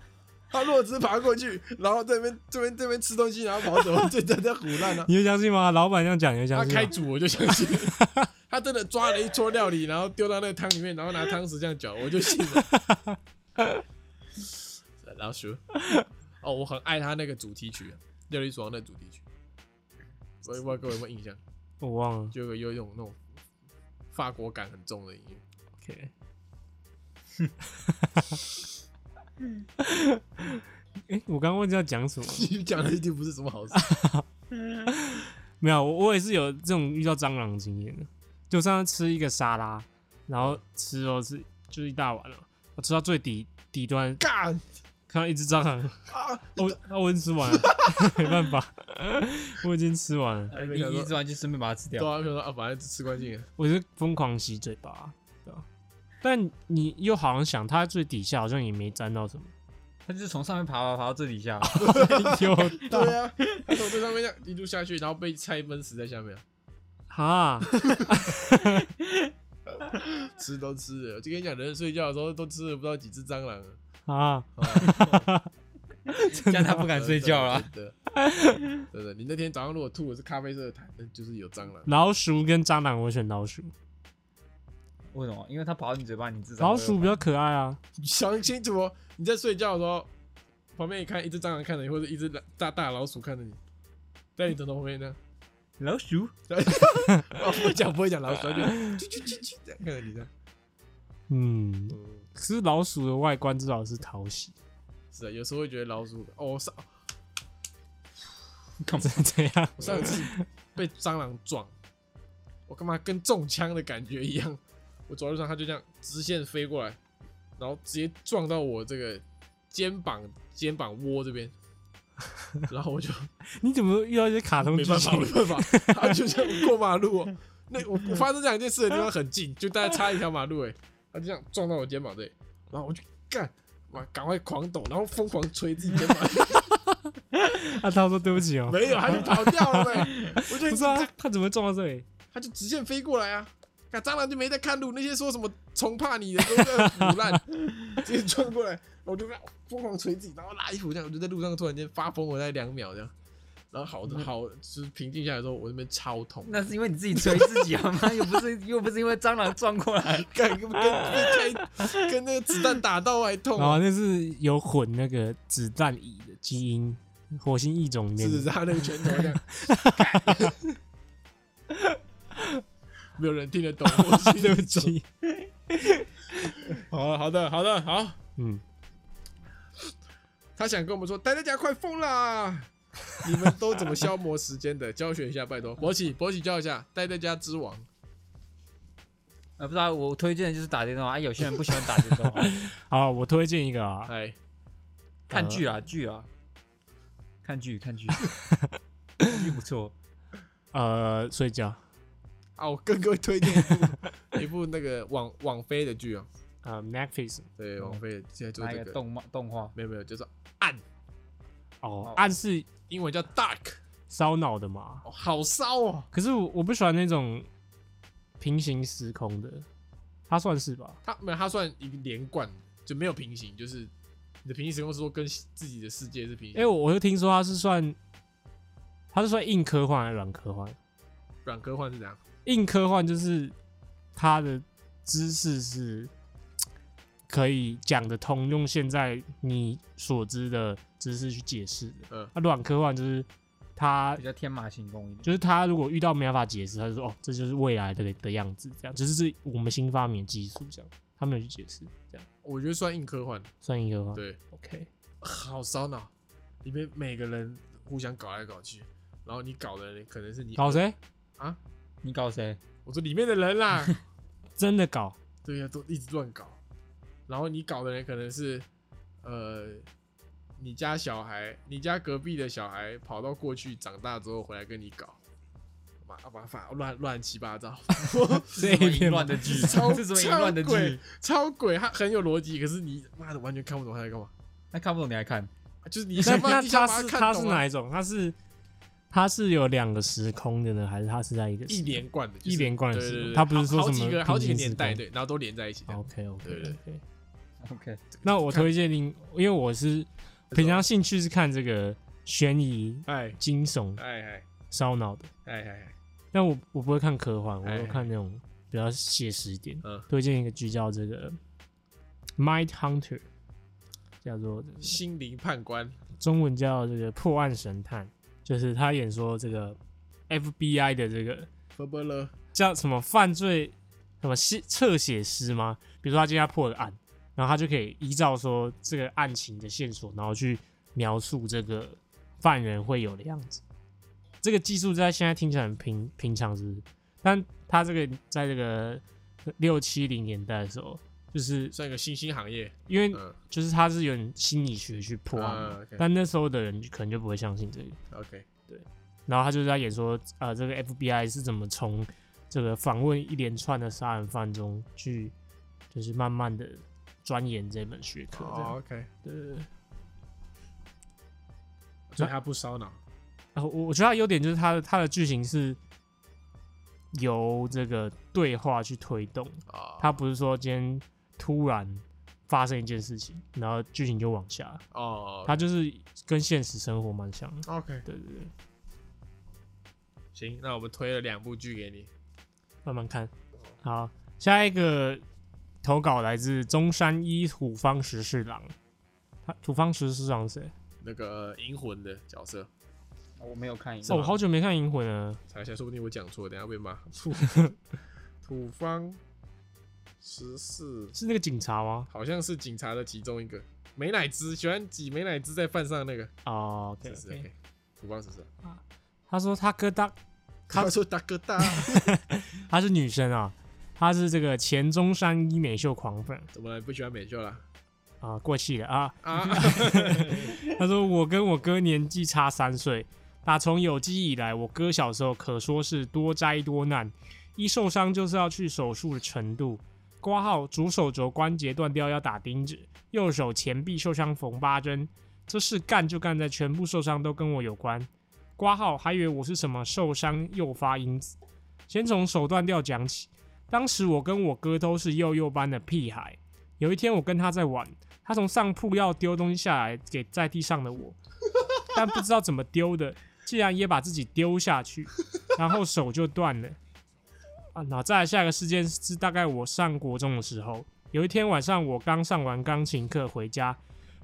S1: 他如果只是爬过去，然后这边这边这边吃东西，然后跑走，这真的胡乱了。
S2: [LAUGHS]
S1: 啊
S2: 你就相信吗？老板这样讲你就
S1: 他
S2: 相信
S1: 开
S2: 吗？
S1: 煮我就相信， [LAUGHS] 他真的抓了一撮料理，然后丢到那个汤里面，然后拿汤匙这样搅，我就信了。 [LAUGHS] 老鼠，哦，我很爱他那个主题曲，《料理鼠王》的主题曲，我也不知道各位有没有印象，
S2: 我忘 [LAUGHS] 了。
S1: 就有有一种那种法国感很重的音乐。
S2: OK。哎、我刚刚忘记要讲什么了，
S1: 你讲的一定不是什么好事。
S2: 没有，我我也是有这种遇到蟑螂的经验的。就我上次吃一个沙拉，然后吃哦是就是一大碗了，啊我吃到最底底端，
S1: 干
S2: 看到一只蟑螂，
S1: 啊！
S2: 我那我已经吃完了， [LAUGHS] 没办法，我已经吃完了，
S1: 没
S3: 你
S1: 想
S3: 你
S1: 到
S3: 吃完就顺便把它吃
S1: 对
S3: 掉。
S1: 啊，我想说啊，反正吃干净了。
S2: 我就疯狂洗嘴巴，对吧？但你又好像想，它最底下好像也没沾到什么，
S3: 它就是从上面爬爬爬到最底
S1: [LAUGHS]
S3: 下，
S2: [LAUGHS] 有
S1: 对啊，他从这上面这样一路下去，然后被菜闷死在下面啊。
S2: 哈，
S1: 吃都吃了，我就跟你讲，人睡觉的时候都吃了不知道几只蟑螂了。
S2: 啊，
S3: 这样 [LAUGHS] 它不敢睡觉啊了。
S1: [LAUGHS] 真的，真的，你那天早上如果吐的是咖啡色的痰，那就是有蟑螂。
S2: 老鼠跟蟑螂，我选老鼠，
S3: 为什么？因为它跑到你嘴巴，你至少
S2: 老鼠比较可爱啊，
S1: 你想清楚哦，你在睡觉的时候，旁边一看一只蟑螂看着你，或者一只大大老鼠看着你，在你枕头旁边呢。
S3: 老鼠， [LAUGHS]
S1: 哦不会讲不会讲老鼠，它就啾啾啾啾这样看着你这样。
S2: 嗯，
S1: 嗯，
S2: 可是老鼠的外观至少是讨喜，
S1: 是啊，有时候会觉得老鼠哦，我上
S3: 干嘛
S2: 怎怎样？
S1: 我上次被蟑螂撞，我干嘛跟中枪的感觉一样？我走在路上，它就这样直线飞过来，然后直接撞到我这个肩膀肩膀窝这边，然后我就
S2: 你怎么遇到一些卡通
S1: 没
S2: 剧
S1: 办法，没
S2: 情？
S1: 办法，它就这样过马路、哦。那我我发生这两件事的地方很近，就大概差一条马路哎，它就这样撞到我肩膀这里，然后我就干。妈，赶快狂抖，然后疯狂捶自己肩膀。 [LAUGHS]
S2: 啊，他说对不起哦，
S1: 没有，它就跑掉了呗。我就
S2: 不是啊，他怎么会撞到这里？
S1: 它就直线飞过来啊！看蟑螂就没在看路，那些说什么虫怕你的都在腐 [LAUGHS] 烂，直接撞过来，然后我就这样疯狂捶自己，然后拉衣服这样，我就在路上突然间发疯，我在两秒这样，然后好的好就是平静下来之后，我那边超痛，
S3: 那是因为你自己捶自己好吗？又 [LAUGHS] 不是又不是因为蟑螂撞过来，
S1: 干跟跟跟跟那个子弹打到还痛、
S2: 然后
S1: 啊，
S2: 那是有混那个子弹蚁的基因，火星异种里
S1: 是
S2: 面。
S1: 是是，他那个拳头这样， [LAUGHS] 没有人听得懂，我心 [LAUGHS] 里
S2: 对不
S1: 懂。
S2: 起，
S1: 好好的好的好，
S2: 嗯，
S1: 他想跟我们说，呆在家快疯啦！你们都怎么消磨时间的？教学一下，拜托。博起，博起教一下，呆在家之王。
S3: 啊，不知道我推荐的就是打电
S2: [LAUGHS]
S3: 动啊，有些人不喜欢打电动啊，
S2: 好，我推荐一个啊，
S1: 哎，
S3: 看剧
S2: 嗯
S3: 啊剧啊，
S2: [LAUGHS]
S3: 看剧看剧，看剧不错。
S2: 呃，睡觉，
S1: 啊，我跟各位推荐一部一部那个网网飞的剧哦，
S2: 啊 Netflix
S1: 对，网飞的现在做
S3: 那
S1: 这
S3: 个
S1: 个，
S3: 动漫动画，
S1: 没有没有，就是暗，
S2: 哦
S3: 哦，
S2: 暗示
S1: 英文叫 dark，
S2: 啊烧脑的嘛。
S1: 哦好骚哦，
S2: 可是我我不喜欢那种平行时空的，它算是吧？
S1: 它没有，它算一个连贯，就没有平行，就是你的平行时空是说跟自己的世界是平
S2: 哎、
S1: 行，
S2: 我我就听说它是算，它是算硬科幻还是软科幻？
S1: 软科幻是怎样？
S2: 硬科幻就是它的知识是可以讲得通，用现在你所知的知识去解释的。
S1: 嗯
S2: 那软科幻就是它
S3: 比较天马行空一点。
S2: 就是他如果遇到没办法解释，他就说哦，这就是未来的的样子，这样就是是我们新发明的技术，这样他没有去解释，这样
S1: 我觉得算硬科幻，
S2: 算一个吗？
S1: 对，
S2: ，OK，
S1: 好烧脑，里面每个人互相搞来搞去，然后你搞的人可能是你
S2: 搞谁？
S1: 啊？
S3: 你搞谁？
S1: 我说里面的人啦，
S2: 真的搞
S1: 对呀、都一直乱搞，然后你搞的人可能是呃，你家小孩，你家隔壁的小孩跑到过去长大之后回来跟你搞。麻麻烦乱乱七八
S3: [LAUGHS]
S1: 糟，
S2: 这
S3: 这
S2: 一
S3: 么淫
S2: 片吗
S3: 乱的
S2: [LAUGHS]
S3: 剧，
S1: 超
S3: [LAUGHS] 这是什么淫乱的
S1: 超鬼
S3: 剧？
S1: 超鬼，他很有逻辑，可是你妈的完全看不懂他在干嘛。啊
S3: 那看不懂你还看？
S1: 就是你
S2: 那
S1: 想把
S2: 那
S1: 你想
S2: 他
S1: 把
S2: 是
S1: 看
S2: 他是
S1: 懂啊
S2: 哪一种？他是他是有两个时空的呢，还是他是在一个
S1: 一连贯的，就是
S2: 一连贯的
S1: 对对
S2: 是
S1: 对，
S2: 他不是说
S1: 好好
S2: 什么
S1: 几个好几个
S2: 平行
S1: 年代
S2: 时
S1: 对，然后都连在一起这样。
S2: ？OK
S1: 对
S2: OK
S1: 对
S2: OK。
S3: OK，
S2: 那我推荐您，因为我是平常兴趣是看这个悬疑、
S1: 哎
S2: 惊悚、
S1: 哎哎
S2: 烧脑的，
S1: 哎哎，
S2: 但我我不会看科幻，我
S1: 哎
S2: 会看那种比较写实一点。
S1: 嗯，
S2: 推荐一个剧叫这个《Mind Hunter》，叫做这个
S1: 心灵判官
S2: 中文叫这个《破案神探》，就是他演说这个 FBI 的这个
S1: 佛伯勒，
S2: 叫什么犯罪什么写侧写师吗？比如说他今天要破个案，然后他就可以依照说这个案情的线索，然后去描述这个犯人会有的样子。这个技术在现在听起来很平平常，是不是？但他这个在这个六七零年代的时候，就是
S1: 算一个新兴行业，
S2: 因为
S1: 嗯
S2: 就是他是有点心理学去破案嘛
S1: 啊，OK，
S2: 但那时候的人可能就不会相信这个。
S1: ，OK，
S2: 然后他就是在演说，呃，这个 FBI 是怎么从这个访问一连串的杀人犯中去，就是慢慢的钻研这门学科这样。
S1: 哦，OK，
S2: 对对对。
S1: 所以他不烧脑，
S2: 然后呃我我觉得它的优点就是它的它的剧情是由这个对话去推动，
S1: 哦
S2: 它不是说今天突然发生一件事情，然后剧情就往下，
S1: 哦，
S2: 它就是跟现实生活蛮像的。
S1: OK，
S2: 对对对，
S1: 行，那我们推了两部剧给你，
S2: 慢慢看。好，下一个投稿来自中山一土方十四郎，他土方十四郎是谁？
S1: 那个银魂的角色，
S3: 我没有看一
S2: 哦，
S3: 个
S2: 我。好久没看《银魂》了。
S1: 查一下，说不定我讲错，等下被骂。土 [LAUGHS] 土方十四
S2: 是那个警察吗？
S1: 好像是警察的其中一个，美乃滋喜欢挤美乃滋在饭上那个，
S2: 哦，对
S1: 是是 OK，土方十四。
S2: 他说他哥当
S1: 他说大哥 [LAUGHS] 大，
S2: 她是女生啊，她是这个前中山一美秀狂粉
S1: 怎么了？不喜欢美秀啦？
S2: 啊、过气了啊。 [LAUGHS]
S1: 啊，
S2: 他说我跟我哥年纪差三岁，打从有记忆以来，我哥小时候可说是多灾多难，一受伤就是要去手术的程度。挂号主手肘关节断掉要打钉子，右手前臂受伤缝八针，这事干就干在全部受伤都跟我有关。挂号还以为我是什么受伤诱发因子。先从手断掉讲起，当时我跟我哥都是幼幼班的屁孩。有一天我跟他在玩，他从上铺要丢东西下来给在地上的我，但不知道怎么丢的，竟然也把自己丢下去，然后手就断了。啊，那再来下一个事件是大概我上国中的时候，有一天晚上我刚上完钢琴课回家，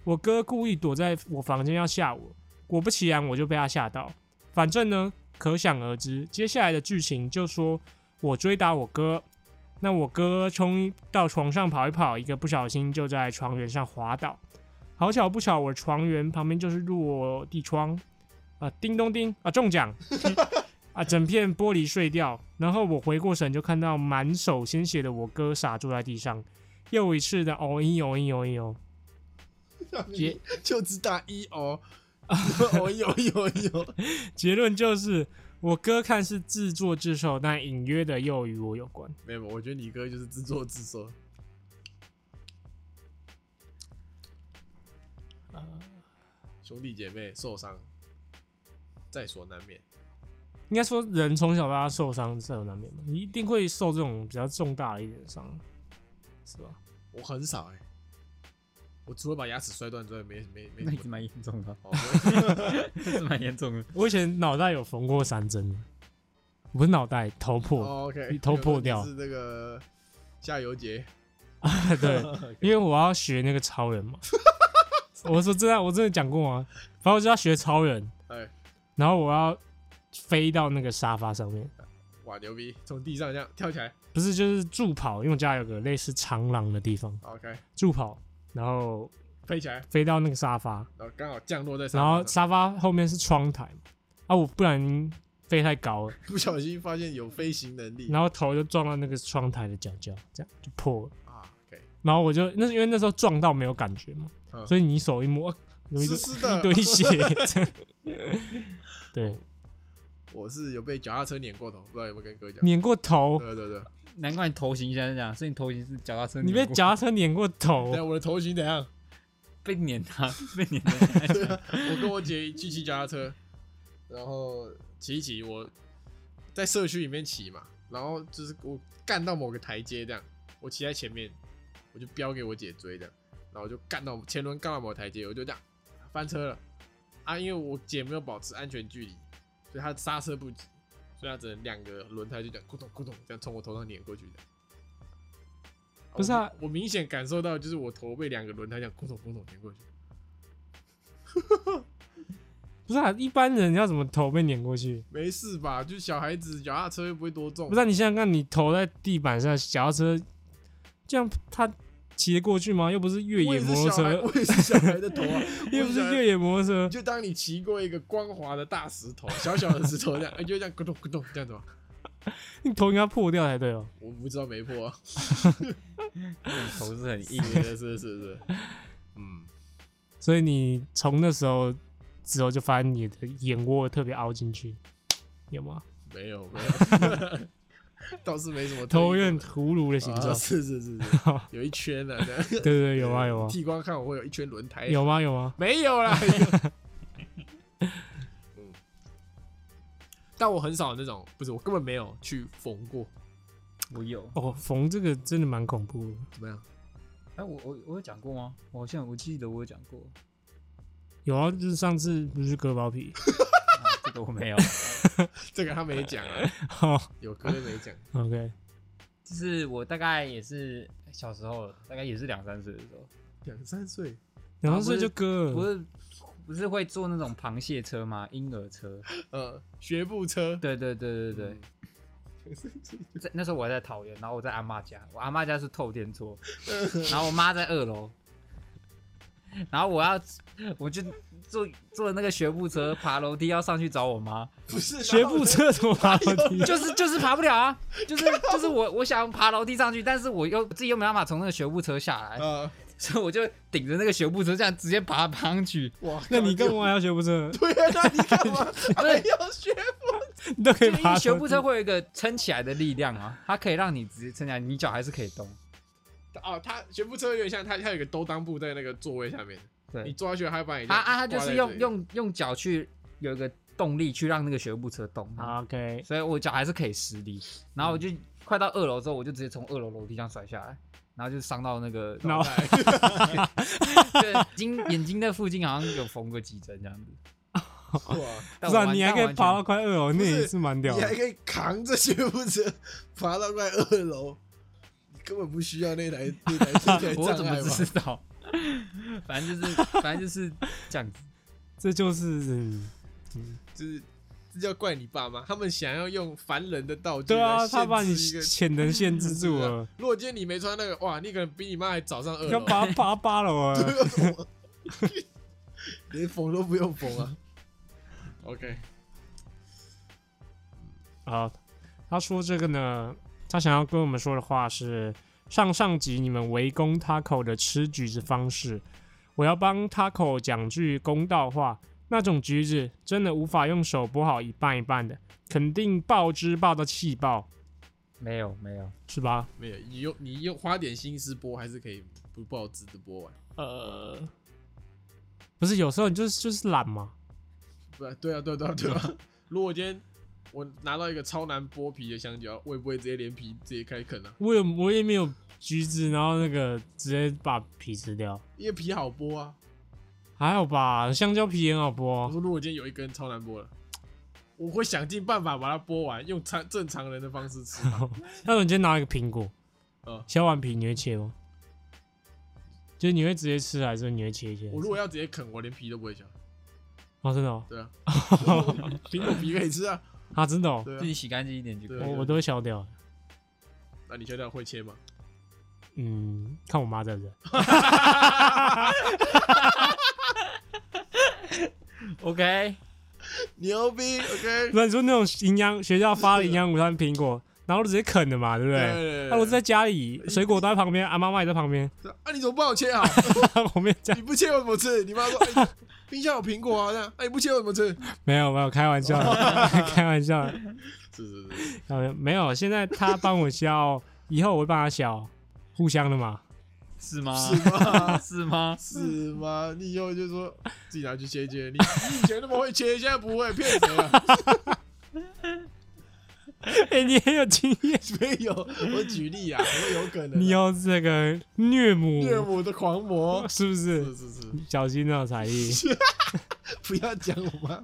S2: 我哥故意躲在我房间要吓我，果不其然我就被他吓到。反正呢，可想而知，接下来的剧情就说我追打我哥，那我哥冲到床上跑一跑，一个不小心就在床缘上滑倒。好巧不巧，我床缘旁边就是落地窗，啊、叮咚叮啊，中奖！ [LAUGHS] 啊，整片玻璃碎掉。然后我回过神，就看到满手鲜血的我哥傻坐在地上，又一次的哦一哦一哦一哦。结
S1: [LAUGHS] 就知道一哦，哦有有有，
S2: 结论就是，我哥看是自作自受，但隐约的又与我有关。
S1: 没有，我觉得你哥就是自作自受。
S2: 呃
S1: 兄弟姐妹受伤，在所难免。
S2: 应该说，人从小到大受伤是很难免嘛，你一定会受这种比较重大的一点的伤，是吧？
S1: 我很少哎、我除了把牙齿摔断之外，没没没
S3: 那
S1: 什么，
S2: [LAUGHS]
S3: 也是。蛮严重的
S1: 哦我
S3: 这是蛮严重的。
S2: 我以前脑袋有缝过三针的，不是脑袋，头破。
S1: 哦，OK，
S2: [LAUGHS] 你头破掉
S1: 有时候你是那个下游节，
S2: 对，因为我要学那个超人嘛。 [LAUGHS] 我说真的，我真的讲过啊，反正我就要学超人，
S1: 哎，
S2: 然后我要飞到那个沙发上面，
S1: 哇牛逼，从地上这样跳起来
S2: 不是就是助跑，因为我家有个类似长廊的地方，
S1: ，OK，
S2: 助跑，然后
S1: 飞起来，
S2: 飞到那个沙发，
S1: 然后刚好降落在沙
S2: 然
S1: 发
S2: 后
S1: 上，
S2: 沙发后面是窗台嘛，啊，我不然飞太高了，
S1: 不小心发现有飞行能力
S2: 然后头就撞到那个窗台的角角，这样就破了。
S1: 啊，OK，
S2: 然后我就那因为那时候撞到没有感觉嘛，
S1: 嗯
S2: 所以你手一摸，啊有一堆
S1: 湿湿的哦
S2: 一堆血。
S1: [LAUGHS]
S2: 这样对，
S1: 我是有被脚踏车碾过头，不知道有没有跟各位讲。
S2: 碾过头，
S1: 对对对，
S3: 难怪你头型现在是这样，所以你头型是脚踏车
S2: 你
S3: 碾过，
S2: 被脚踏车碾过头
S1: 对，我的头型怎样？
S3: [LAUGHS] 被碾
S2: [LAUGHS]
S3: 啊，被碾的。
S1: 对啊，我跟我姐去骑脚踏车，然后骑一骑，我在社区里面骑嘛，然后就是我干到某个台阶这样，我骑在前面，我就飙给我姐追的，然后我就干到前轮干到某个台阶，我就这样翻车了啊！因为我姐没有保持安全距离，所以她刹车不及，所以她只能两个轮胎就这样咕咚咕咚这样从我头上碾过去的。
S2: 不是啊
S1: 我，我明显感受到就是我头被两个轮胎这样咕咚咕咚碾过去。
S2: 不是啊？一般人要怎么头被碾过去？
S1: 没事吧？就小孩子脚踏车又不会多重，
S2: 不是、啊、你想想看，你头在地板上，脚踏车这样他骑得过去吗？又不是越
S1: 我也
S2: 野
S1: 是
S2: 摩托
S1: 小孩 [LAUGHS]
S2: 车，，
S1: 我也是小孩的头啊
S2: [LAUGHS] 又不是
S1: 越。
S2: 越野摩托车
S1: 你，就当你骑过一个光滑的大石头，小小的石头这样，哎就这样咕咚咕咚这样子吧。
S2: 你头应该破掉才对哦。
S1: 我不知道没破、
S2: [LAUGHS]
S1: 啊，
S3: 头是很硬，
S1: 是是是是，嗯，
S2: 所以你从那时候之后就发现你的眼窝特别凹进去，有吗？
S1: 没有没有， [LAUGHS] 倒是没什么特意的
S2: 头有点葫芦的形状，
S1: 啊，是是是是，有一圈的、啊，这
S2: 对
S1: 样
S2: 对对， [LAUGHS] 有啊有
S1: [LAUGHS]
S2: 啊
S3: [LAUGHS]
S1: 剃光看我会有一圈轮胎，
S2: 有吗有吗？
S1: 没有啦。 [LAUGHS] 嗯，但我很少那种，不是我根本没有去缝过，
S3: 我有。
S2: 哦，缝这个真的蛮恐怖的，
S1: 怎么样？
S3: 哎，我我我有讲过吗？我好像我记得我有讲过，
S2: 有啊，就是上次不是割包皮， [LAUGHS]
S3: 啊这个我没有。
S1: 这个他没讲啊，
S2: 好
S1: [LAUGHS] 有哥没讲。
S2: 哦，OK，
S3: 就是我大概也是小时候，大概也是两三岁的时候，
S1: 两三岁，
S2: 然后这就割
S3: 啊不
S2: 了，
S3: 是不是会坐那种螃蟹车吗？婴儿车？
S1: 呃，学步车，
S3: 对对对对对。
S1: 嗯两三岁
S3: 在那时候我还在桃园，然后我在阿妈家，我阿妈家是透天厝，然后我妈在二楼，然后我要我就坐坐那个学步车爬楼梯要上去找我妈，
S1: 不是
S2: 学步，车怎么爬楼梯？
S3: 就是就是爬不了啊，就是就是我我想爬楼梯上去，但是我又自己又没办法从那个学步车下来
S1: 然，后
S3: 所以我就顶着那个学步车这样直接爬爬上去，
S1: 呃，哇，
S2: [LAUGHS] 那你
S1: 干
S2: 干
S1: 嘛？
S2: 嘛要学步车？
S1: 对啊，那你干嘛 [LAUGHS] 还要呃学步？
S2: 你都可以
S3: [LAUGHS] 因为
S2: 爬
S3: 学
S2: 楼
S3: 步
S2: 梯。
S3: 车会有一个撑起来的力量啊，它可以让你直接撑起来，你脚还是可以动。
S1: 哦，他学步车有点像他，他有一个兜裆布在那个座位下面，你
S3: 对，
S1: 坐下去，他会把你这
S3: 啊
S1: 样
S3: 啊，它就
S1: 挂在
S3: 是用
S1: 这里
S3: 用用脚去有一个动力去让那个学步车动。
S2: 好啊 OK，
S3: 所以我脚还是可以施力。然后我就快到二楼之后，我就直接从二楼楼梯上摔下来，然后就伤到那个，
S2: 脑
S1: 袋
S3: 对，眼睛眼睛那附近好像有缝个几针这样子。
S1: 哇，
S2: 不
S3: 但
S2: 是
S3: 我
S2: 啊，
S3: 完
S2: 你还可以
S3: 但
S2: 爬到
S3: 我完全
S2: 快二楼，那也是蛮屌
S1: 你还
S2: 的。
S1: 可以扛着学步车爬到快二楼，你根本不需要那台那 [LAUGHS] 台那台
S3: 我
S1: 障
S3: 怎
S1: 碍
S3: 么
S1: 吧？
S3: 知道？ [LAUGHS] 反正就是反正就是这样子。
S2: 这就是嗯
S1: 就是这叫怪你爸妈，他们想要用凡人的道具
S2: 对
S1: 来
S2: 啊，
S1: 限
S2: 他把你
S1: 制一个
S2: 潜能限制住
S3: [LAUGHS] 啊
S2: 了，
S1: 如果今天你没穿那个，哇，你可能比你妈还早上二
S2: 要
S1: 楼，
S2: 爬爬八楼啊。
S1: 连缝都不用缝啊。OK，
S2: 好，他说这个呢，他想要跟我们说的话是：上上集你们围攻 Taco 的吃橘子方式，我要帮 Taco 讲句公道话，那种橘子真的无法用手剥好一半一半的，肯定爆汁爆到气爆，
S3: 没有没有，
S2: 是吧？
S1: 没有，你用你用花点心思播，还是可以不爆汁的播完。
S2: 呃，不是，有时候你就是就是懒嘛，
S1: 不，对啊，对啊，对啊，对啊。如果我今天我拿到一个超难剥皮的香蕉，我也不会直接连皮直接开啃啊，
S2: 我也我也没有橘子，然后那个直接把皮吃掉，
S1: 因为皮好剥啊。
S2: 还好吧？香蕉皮也很好
S1: 我
S2: 剥，啊
S1: 说，如果今天有一根超难剥了，我会想尽办法把它剥完，用常正常人的方式吃它。
S2: [LAUGHS] 那如果你今天拿一个苹果，
S1: 嗯
S2: 削完皮你会切吗？就是你会直接吃，还是你会切一切？
S1: 我如果要直接啃，我连皮都不会削。
S2: 哦，真的哦，
S1: 对啊，苹果皮可以吃啊。
S2: 啊，真的哦，
S1: 对
S3: 自己
S1: 啊，
S3: 洗干净一点就
S1: 对
S3: 可以
S1: 啊
S2: 我
S3: 了。
S2: 我都会削掉。
S1: 那你觉得会切吗？
S2: 嗯，看我妈在不在。
S3: OK，
S1: 牛逼，OK。 [LAUGHS]
S2: 那你说那种营养学校发的营养午餐苹果，然后都直接啃的嘛，对不对？
S1: 对
S2: 啊那我在家里，水果都在旁边，啊，妈妈也在旁边， [LAUGHS]
S1: 啊，你怎么不好切啊？
S2: 旁边这样
S1: 你不切我怎么吃？你妈说、哎冰箱有苹果啊，这样，哎、你不切我怎么吃？
S2: 没有没有，开玩笑的，开玩笑的，
S1: 是是是，
S2: 开玩笑没有。现在他帮我削，以后我会帮他削，互相的嘛。
S3: 是吗？
S1: [LAUGHS] 是吗？
S3: [LAUGHS] 是吗？
S1: 是吗？你以后就说自己拿去切切，你你以前那么会切，现在不会，骗谁啊？
S2: 哎，你很有经验，
S1: 没有，我举例啊，我有可能、
S2: 你有这个虐母，
S1: 岳母的狂魔，
S2: [LAUGHS] 是不
S1: 是
S2: 是？
S1: 是是，
S2: 小心那种才艺。
S1: 不要讲我妈，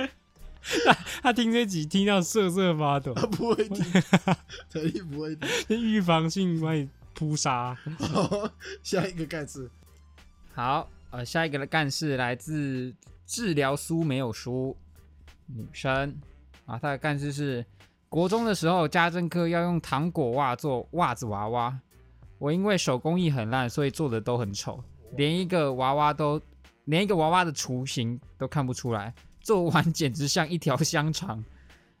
S2: [LAUGHS] 他听这集听到瑟瑟发抖， [LAUGHS]
S1: 她不会听，肯定不会听。
S2: 预防性把你扑杀。
S1: 好，
S2: [LAUGHS]
S1: 下一个干事，
S3: 好，呃，下一个的干事来自治疗书没有书，女生啊，她的干事是国中的时候，家政课要用糖果袜做袜子娃娃，我因为手工艺很烂，所以做的都很丑，连一个娃娃都连一个娃娃的雏形都看不出来，做完简直像一条香肠。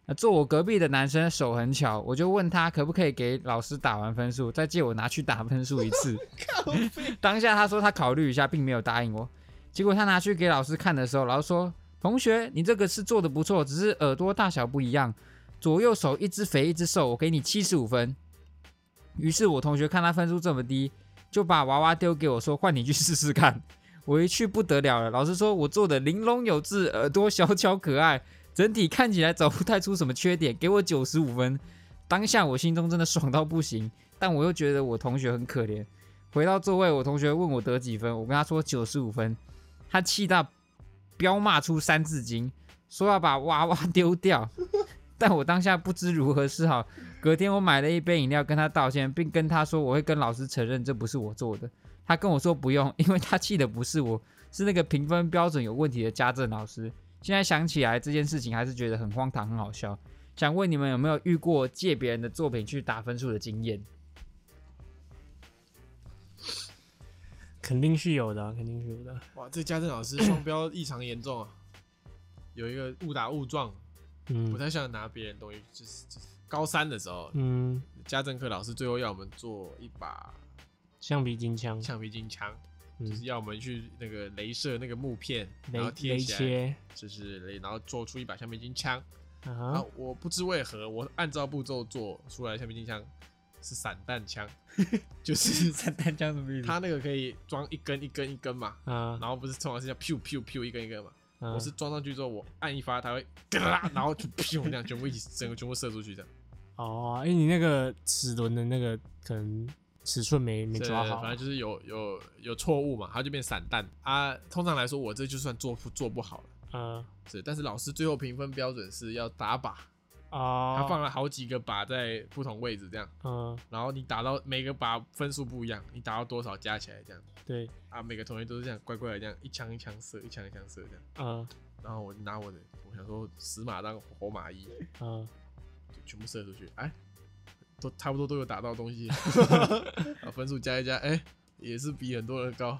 S3: 呃坐我隔壁的男生手很巧，我就问他可不可以给老师打完分数，再借我拿去打分数一次。 [LAUGHS] 当下他说他考虑一下，并没有答应我。结果他拿去给老师看的时候，老师说：“同学，你这个是做的不错，只是耳朵大小不一样，左右手一只肥一只瘦，我给你七十五分。”于是我同学看他分数这么低，就把娃娃丢给我说：“换你去试试看。” [LAUGHS] 我一去不得了了，老师说我做的玲珑有致，耳朵小巧可爱，整体看起来找不太出什么缺点，给我九十五分。当下我心中真的爽到不行，但我又觉得我同学很可怜，回到座位，我同学问我得几分，我跟他说九十五分，他气到彪骂出《三字经》，说要把娃娃丢掉。 [LAUGHS] 但我当下不知如何是好。隔天我买了一杯饮料跟他道歉，并跟他说我会跟老师承认这不是我做的。他跟我说不用，因为他气的不是我，是那个评分标准有问题的家政老师。现在想起来这件事情，还是觉得很荒唐，很好笑。想问你们有没有遇过借别人的作品去打分数的经 [LAUGHS] 验？
S2: 肯定是有的啊，肯定是有的。
S1: 哇，这家政老师双标异常严重啊，
S2: [COUGHS]
S1: 有一个误打误撞，不
S2: 嗯
S1: 太想拿别人东西，就是就是高三的时候，
S2: 嗯，
S1: 家政课老师最后要我们做一把
S2: 橡皮筋枪，
S1: 橡皮筋枪，
S2: 嗯
S1: 就是要我们去那个镭射那个木片，然后
S2: 雷
S1: 贴
S2: 雷
S1: 起来，
S2: 切
S1: 就是雷，然后做出一把橡皮筋枪。然
S2: 啊
S1: 后，我不知为何，我按照步骤做出来的橡皮筋枪是散弹
S2: [LAUGHS]
S1: 枪，就是
S3: 散弹枪什么意
S1: 它那个可以装一根一根一根嘛，
S2: 啊
S1: 然后不是通常是叫 pew pew pew 一根一根嘛，
S2: 啊
S1: 我是装上去之后，我按一发，它会 [LAUGHS] 嘎，然后就 pew 那样全部一起整个全部射出去这样。
S2: 哦，哎，你那个齿轮的那个可能尺寸没没
S1: 对
S2: 抓好
S1: 反
S2: 啊
S1: 正，就是有有有错误嘛，它就变散弹啊。通常来说，我这就算做不做不好了，
S2: 嗯
S1: 是。但是老师最后评分标准是要打靶，他
S2: 哦，
S1: 放了好几个靶在不同位置这样，
S2: 嗯，
S1: 然后你打到每个靶分数不一样，你打到多少加起来这样
S2: 对，
S1: 啊。每个同学都是这样乖乖的这样一枪一枪射，一枪一枪射这样。
S2: 嗯
S1: 然后我拿我的，我想说死马当活马医，
S2: 嗯，
S1: 就全部射出去，哎，都差不多都有打到东
S2: [LAUGHS]
S1: 西，啊，分数加一加，哎，也是比很多人高。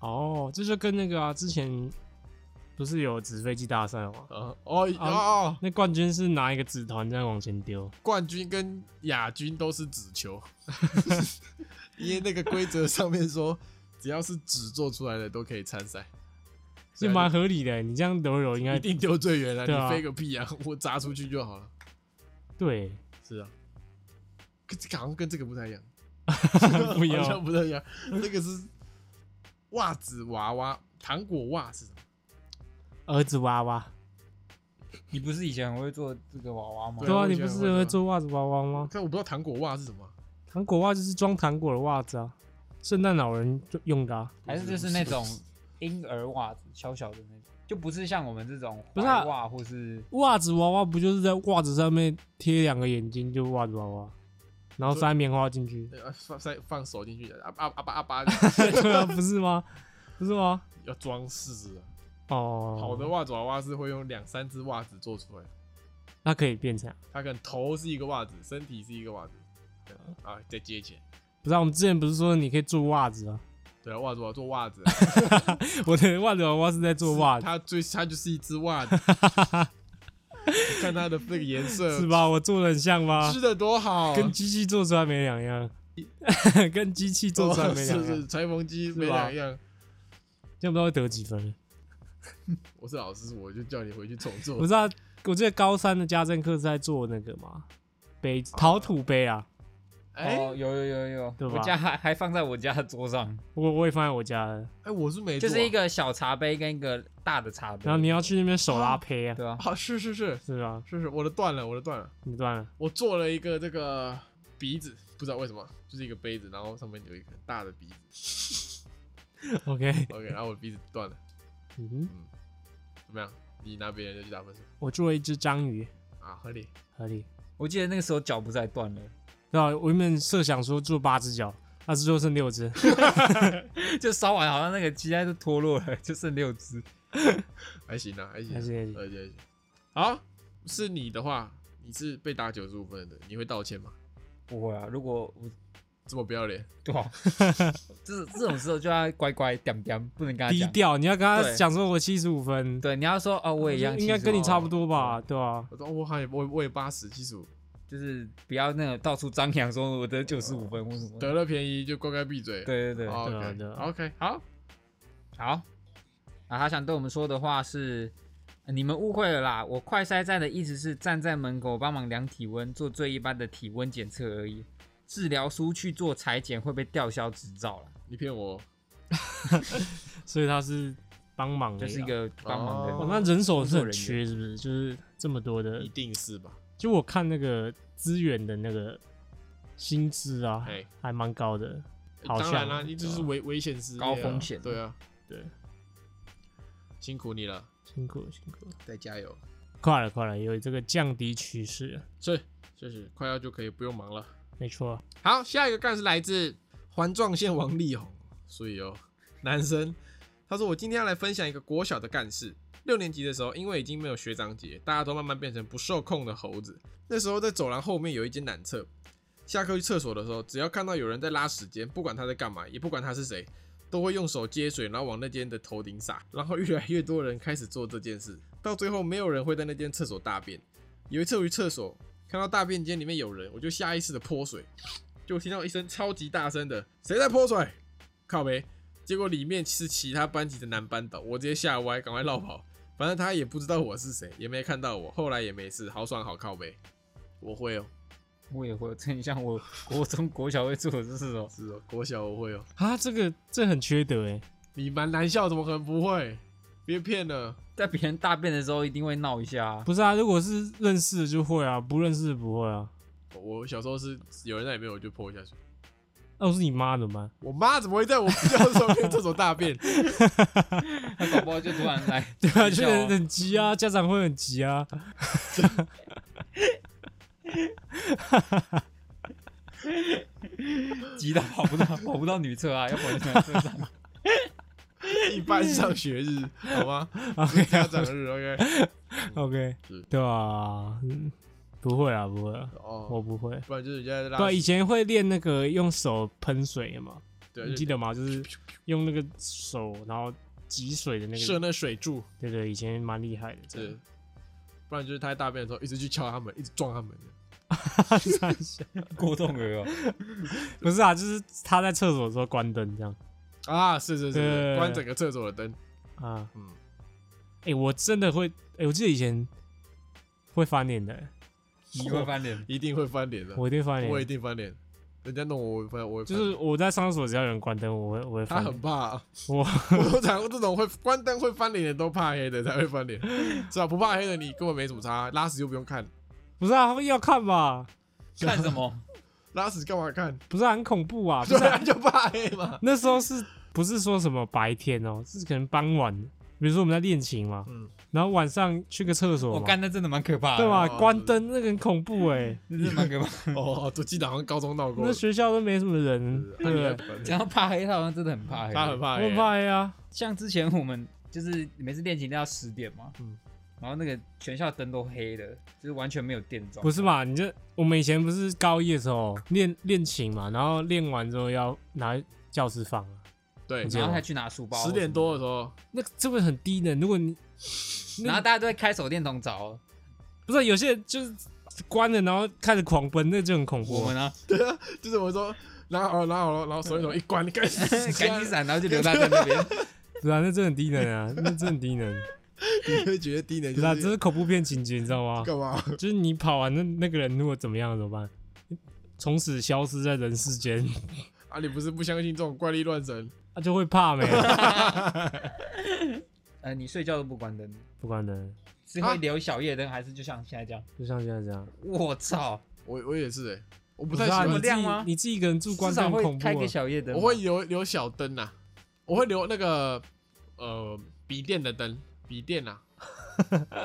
S2: 哦，这就跟那个啊，之前不是有纸飞机大赛吗？
S1: 啊哦
S2: 啊
S1: 哦，
S2: 那冠军是拿一个纸团这样往前丢，
S1: 冠军跟亚军都是纸球， [LAUGHS] 因为那个规则上面说，只要是纸做出来的都可以参赛。
S2: 是蛮合理 [LAUGHS] 的。你这样揉揉应
S1: 啊一
S2: 该
S1: 定丢最远了，
S2: 对啊
S1: 你飞个屁啊！我砸出去就好了。
S2: 对，
S1: 是啊，跟这个好像跟这个不太一样，
S2: [LAUGHS] 不一样
S1: 好像不太一样。那个是袜子娃娃，糖果袜是什么？
S2: 儿子娃娃，
S3: 你不是以前很会做这个娃娃吗？
S1: 对
S2: 对
S1: 啊
S2: 啊，
S1: 我以
S2: 你
S1: 前
S2: 不
S1: 也
S2: 是
S1: 会
S2: 会
S1: 做
S2: 做袜子娃娃吗？
S1: 但我不知道糖果袜是什么啊。，
S2: 糖果袜就是装糖果的袜子啊，圣诞老人就用的啊。
S3: 还是就是那种婴儿袜子，小小的那种，就不是像我们这种
S2: 不
S3: 怀
S2: 是啊
S3: 袜或是
S2: 袜子娃娃不就是在袜子上面贴两个眼睛，就是袜子娃娃，然后塞棉花进去
S1: [LAUGHS] 呃放塞放手进去，啊啊啊吧啊吧，
S2: 对啊，不是吗？不是吗？
S1: 要装饰啊。
S2: 哦，
S1: 好的，袜子娃娃是会用两三只袜子做出来的，
S2: 那可以变成，啊
S1: 它可能头是一个袜子，身体是一个袜子，这样
S2: 哦
S1: 啊，再接起来。
S2: 不是、啊、我们之前不是说你可以做袜子啊？ [LAUGHS]
S1: 对啊，袜子娃娃做袜子啊，
S2: 我的袜子娃娃是在做 [LAUGHS] 袜子，
S1: 它最它就是一只袜子，
S2: [LAUGHS]
S1: 你看它的那个颜色
S2: 是吧？我做的很像吗？
S1: 织的多
S3: 哦
S1: 好，啊
S2: 跟机器做出来没两
S3: [LAUGHS]
S2: 样，跟机 [LAUGHS] 器做出来没两
S1: 哦 [LAUGHS] 是
S2: 样
S1: 是，裁缝机没
S2: 是吧
S1: 两样。
S2: 这样不知道会得几分。
S1: 我是老师，我就叫你回去重做
S3: 哦
S2: 我。知道，我记得高三的家政课是在做那个嘛杯子陶土杯啊，
S1: 哎
S3: 哦，有有有有，
S2: 对吧
S3: 我家还还放在我家的桌上，
S2: 我我也放在我家了。
S1: 哎，我是没做
S3: 就
S1: 啊，
S3: 是一个小茶杯跟一个大的茶杯，
S2: 然后你要去那边手拉胚啊，
S3: 对啊，
S1: [LAUGHS] 啊，是是是
S2: 是吧？
S1: 是是，我的断了，我的断了，
S2: 你断了，
S1: 我做了一个这个鼻子，不知道为什么，就是一个杯子，然后上面有一个很大的鼻子。
S2: OK， [LAUGHS]
S1: OK，然后我的鼻子断了，
S2: 嗯，
S1: 怎么样？你拿别人的去打分数
S2: 我做了一只章鱼，
S1: 啊？合理。
S2: 合理。
S3: 我记得那个时候脚不是还断了， [LAUGHS]
S2: 对啊，我原本设想说做八只脚，但是最后剩六
S3: [LAUGHS]
S2: 只，
S3: 就烧完好像那个鸡蛋就脱落了， [LAUGHS] 就剩六只。
S1: 还行啊，还行、啊，
S2: 还行还行
S1: 而且好，是你的话，你是被打九十五分的，你会道歉吗？
S3: 不会啊，如果我
S1: 这么不要脸，
S2: [LAUGHS]
S3: 对啊，这这种时候就要乖乖点点，不能跟他
S2: 低
S3: 讲。
S2: 调。你要跟他
S3: 对
S2: 讲说我七十五分，
S3: 对，你要说哦，我也一样，
S2: 应该
S3: 其实
S2: 跟你
S3: 哦
S2: 差不多吧？对啊，
S1: 我说我好像也我我也八十七十五，
S3: 就是不要那种到处张扬说我得九十五分或什么。
S1: 得了便宜就乖乖闭嘴。
S3: 对对对，
S1: 哦
S2: 对啊
S1: ，OK
S2: 对啊
S1: OK，好，
S3: 好。啊，他想对我们说的话是：呃你们误会了啦，我快筛站的意思是站在门口帮忙量体温，做最一般的体温检测而已。治疗书去做裁剪会被吊销执照了，
S1: 你骗我，
S2: 所以他是帮忙而已啊，
S3: 就是一个帮忙的。
S1: 哦
S2: 哦，那人手
S3: 工
S2: 是
S3: 作
S2: 很
S3: 人
S2: 缺，是不是？就是这么多的
S1: 一，定是吧？
S2: 就我看那个资源的那个薪资啊，
S1: 哎呃
S2: 还蛮高的。好啊
S1: 当然
S2: 像
S1: 啦，你只是危危险事业啊
S3: 高风险
S1: 对啊，
S2: 对，
S1: 辛苦你了，
S2: 辛苦了辛苦了，
S1: 再加油。
S2: 快了快了，有这个降低趋势了，
S1: 是，谢谢，快要就可以不用忙了。
S2: 没错。
S1: 好，下一个干是来自环状线王力宏，所以哦， [LAUGHS] 男生，他说我今天要来分享一个国小的干事。六年级的时候，因为已经没有学长姐，大家都慢慢变成不受控的猴子。那时候在走廊后面有一间男厕，下课去厕所的时候，只要看到有人在拉屎间，不管他在干嘛，也不管他是谁，都会用手接水，然后往那间的头顶洒。然后越来越多人开始做这件事，到最后没有人会在那间厕所大便。有一次我去厕所，看到大便间里面有人，我就下意识的泼水，就听到一声超级大声的“谁在泼水”，靠呗。结果里面是其他班级的男班导，我直接吓歪，赶快绕跑。反正他也不知道我是谁，也没看到我，后来也没事，好爽好靠呗。我会哦，
S3: 我也会，这很像我国中、国小会做的事哦。
S1: 是哦，国小我会哦。
S2: 啊，这个这很缺德哎，
S1: 你蛮难笑，怎么可能不会？别骗了，
S3: 在别人大便的时候一定会闹一下、啊。
S2: 不是啊？如果是认识的就会啊，不认识的不会啊。
S1: 我小时候是有人在里面我就泼下去。
S2: 那、我哦是你妈怎么办？
S1: 我妈怎么会在我不教的时候面厕所大
S2: [LAUGHS]，
S1: 便？
S3: 他搞不好就突然 [LAUGHS] 来
S2: 对啊，
S3: 一
S2: 就
S3: 下
S2: 很
S3: 哦
S2: 很急啊，家长会很急啊。
S3: 急到跑不到，跑不到女厕啊，要跑到男厕上。 [LAUGHS]
S1: 一般上学日好
S2: [LAUGHS]
S1: 吗？不是
S2: OK
S1: 家长日 OK。
S2: OK，
S1: 是
S2: 对啊，嗯，不会啊，不会啊，我
S1: 哦，
S2: 不会。
S1: 不然就是人家在拉
S2: 对啊，以
S1: 屎，
S2: 前会练那个用手喷水嘛，
S1: 对啊，
S2: 你
S1: 就
S2: 记得吗？就是用那个手，然后挤水的那
S1: 射
S2: 个。
S1: 那水柱，
S2: 对对，以前蛮厉害的，
S1: 对
S2: 真。
S1: 不然就是他在大便的时候一直去敲他们，一直撞他们。
S2: [LAUGHS] 的。三小
S3: 郭栋儿哦，
S2: 啊不是啊，就是他在厕所的时候关灯这样
S1: 啊，是是是
S2: 对
S1: 是，关整个厕所的灯。
S2: 啊。
S1: 嗯，
S2: 哎、我真的会，哎、我记得以前会翻脸的、
S3: 你会翻 [LAUGHS] 脸，
S1: 一定会翻脸的，
S2: 我一定翻
S1: 我一
S2: 脸。
S1: 定翻脸。人家弄我，我会翻，我会
S2: 就
S1: 翻
S2: 是我在上厕所，只要有人关灯，我会我会
S1: 他
S2: 翻
S1: 很
S2: 脸。
S1: 怕， [LAUGHS]
S2: 我
S1: 我通常这种会关灯会翻脸的都怕黑的才会 [LAUGHS] 翻脸，是啊吧？不怕黑的你根本没什么差，拉屎又不用看，
S2: 不是啊，要看吧？
S3: 看什么？
S1: 拉屎干嘛 [LAUGHS] 看？
S2: 不是啊、很恐怖啊？不
S1: 对
S2: 是啊、
S1: 啊，就怕黑 [LAUGHS] 嘛。
S2: 那时候是不是说什么白天哦、是可能傍晚，比如说我们在练琴嘛，
S1: 嗯，
S2: 然后晚上去个厕所
S3: 我
S2: 嘛，
S3: 哦干，嗯那真的蛮可怕的，
S2: [LAUGHS] 对吧？
S1: 哦
S2: 关灯那个很恐怖哎、
S3: 那真的蛮可怕。
S1: 哦，都记得好像高中闹过
S2: 那
S1: 了，
S2: 学校都没什么人，
S1: 那
S2: 对
S1: 你
S2: 不
S1: 还翻
S2: 对？
S1: 脸
S3: [LAUGHS] 讲到怕黑，他好像真的很怕黑，
S1: 他很怕黑，
S2: 我怕呀，
S3: 像之前我们就是每次练琴都要十点嘛，
S1: 嗯
S3: 然后那个全校灯都黑的，就是完全没有电装。
S2: 不是嘛？你这我们以前不是高一的时候练练琴嘛，然后练完之后要拿教室放啊，
S1: 对
S2: 我，记得
S3: 然后还去拿书包，
S1: 十点，多的时候，
S2: 那个这个很低能。如果你
S3: 然后大家都会开手电筒找
S2: 不是有些人就是关了，然后开始狂奔，那就很恐
S3: 我
S2: 怖
S3: 们
S2: 啊。
S3: 啊，
S1: 就是我说拿好了拿好了，然后手电筒一关，你 [LAUGHS] 赶紧
S3: [LAUGHS] 赶紧闪，然后就留在那边。
S2: 对啊，那真的很低能啊，那真的很低
S3: [LAUGHS]
S2: 能。
S1: 你会觉得低
S2: [LAUGHS]
S1: 能
S2: 不是啊，
S1: 就
S2: 这是
S1: 是
S2: 恐怖片情节，你知道吗？
S1: 干嘛？ [LAUGHS]
S2: 就是你跑完那那个人如果怎么样了怎么办？从此消失在人世间，
S1: 啊，你不是不相信这种怪力乱神？
S2: 他就会怕没？
S3: 呃，你睡觉都不关灯，
S2: 不关灯，
S3: 是会留小夜灯，还是就像现在这样？
S2: 就像现在这样。
S3: 我操，
S1: 我我也是哎，我不
S2: 不
S1: 太
S2: 是
S1: 喜
S2: 啊，
S1: 欢
S2: 你
S3: 有
S2: 自己
S3: 亮吗
S2: 你自己一个人住关
S3: 至
S2: 灯
S3: 少
S2: 很
S3: 会
S2: 恐怖、
S3: 开
S2: 啊。
S3: 个小夜灯吧。
S1: 我会留留小灯呐、我会留那个呃笔电的灯，笔电呐、啊，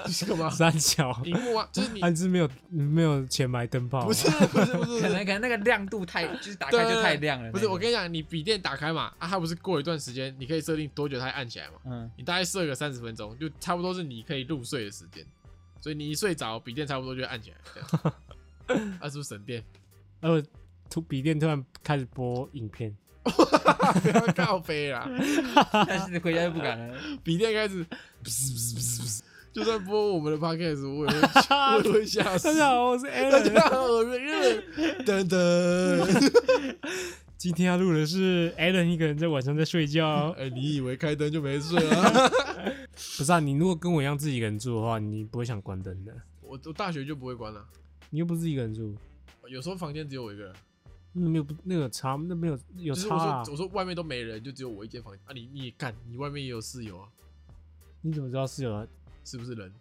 S1: 这是干嘛？
S2: 三角， [LAUGHS]
S1: 荧幕啊，就是你
S2: 安之没有没有钱买灯泡啊，
S1: 不是不是不是，
S3: 可能可能那个亮度太，就是打开
S1: 对
S3: 就太亮了。
S1: 不
S3: 那
S1: 是
S3: 种
S1: 我跟你讲，你笔电打开嘛，啊，它不是过一段时间，你可以设定多久它会暗起来嘛？
S3: 嗯，
S1: 你大概设个三十分钟，就差不多是你可以入睡的时间，所以你一睡着，笔电差不多就会暗起来，这样，啊，是不是省电？
S2: 然后呃突笔电突然开始播影片，
S1: 不 [LAUGHS] 要靠背啦，
S3: 但是回家就不敢了。
S1: [LAUGHS] 笔电开始，就算播我们的 podcast，我也会我也会吓死
S2: 大。家好，我是
S1: 大
S2: Alan，
S1: 家好，我是 Alan 噔噔。
S2: 今天要录的是 Alan 一个人在晚上在睡觉 [LAUGHS] 哦。
S1: 哎，你以为开灯就没事了？ [LAUGHS]
S2: 不是啊，你如果跟我一样自己一个人住的话，你不会想关灯的，
S1: 我我大学就不会关了，
S2: 你又不是一个人住，
S1: 有时候房间只有我一个人，
S2: 那没有不那个差，那没有有
S1: 就是
S2: 差
S1: 我说
S2: 啊？
S1: 我说外面都没人，就只有我一间房间啊。你你也干，你外面也有室友啊，
S2: 你怎么知道室友啊？
S1: 是不是人？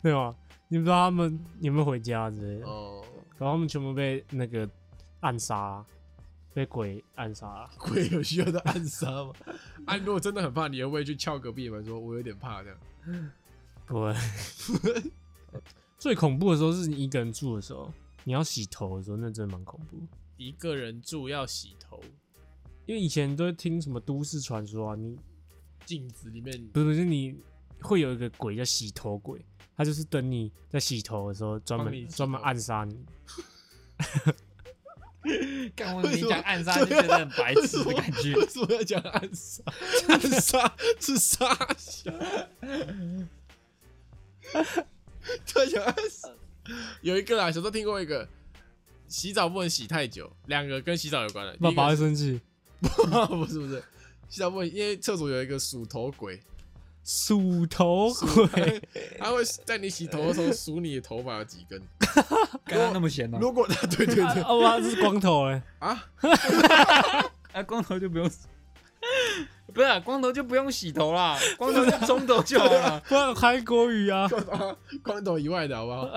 S2: [LAUGHS] 对吗？你不知道他们有没有回家之类的，
S1: 哦，
S2: 然后他们全部被那个暗杀啊，被鬼暗杀啊。
S1: 鬼有需要到暗杀吗？啊，如果真的很怕，你会不会去敲隔壁门说，我有点怕这样？
S2: 不会。 [LAUGHS] 最恐怖的时候是你一个人住的时候，你要洗头的时候，那真的蛮恐怖。
S1: 一个人住要洗头，
S2: 因为以前都会听什么都市传说啊，你
S1: 镜子里面
S2: 不是不是你会有一个鬼叫洗头鬼，他就是等你在洗头的时候专
S1: 帮你
S2: 门
S1: 洗头
S2: 专门暗杀你。
S3: 干我你讲暗杀就觉得很白痴的感觉。
S1: 为什么要讲暗杀？暗杀是杀小，他讲暗杀。有一个啦，小时候听过一个，洗澡不能洗太久，两个跟洗澡有关的。
S2: 爸
S1: 第一个
S2: 爸会生气，
S1: [LAUGHS] 不是不是，洗澡不能，因为厕所有一个数头
S3: [LAUGHS]
S1: 鬼，
S2: 鼠头 [LAUGHS] 鬼，
S1: 他会在你洗头的时候数你的头发有几根。
S3: 刚刚那么闲呢、哦
S1: 如果 [LAUGHS] 对对对
S2: 哦哇，这是光头哎、
S1: 啊， [LAUGHS]
S3: 啊，光头就不用，不是啊、光头就不用洗头啦，光头
S1: 啊
S3: 就中头就好
S1: [LAUGHS]
S3: 了。
S2: 不然有韩国语啊，
S1: 光头光头以外的好不好？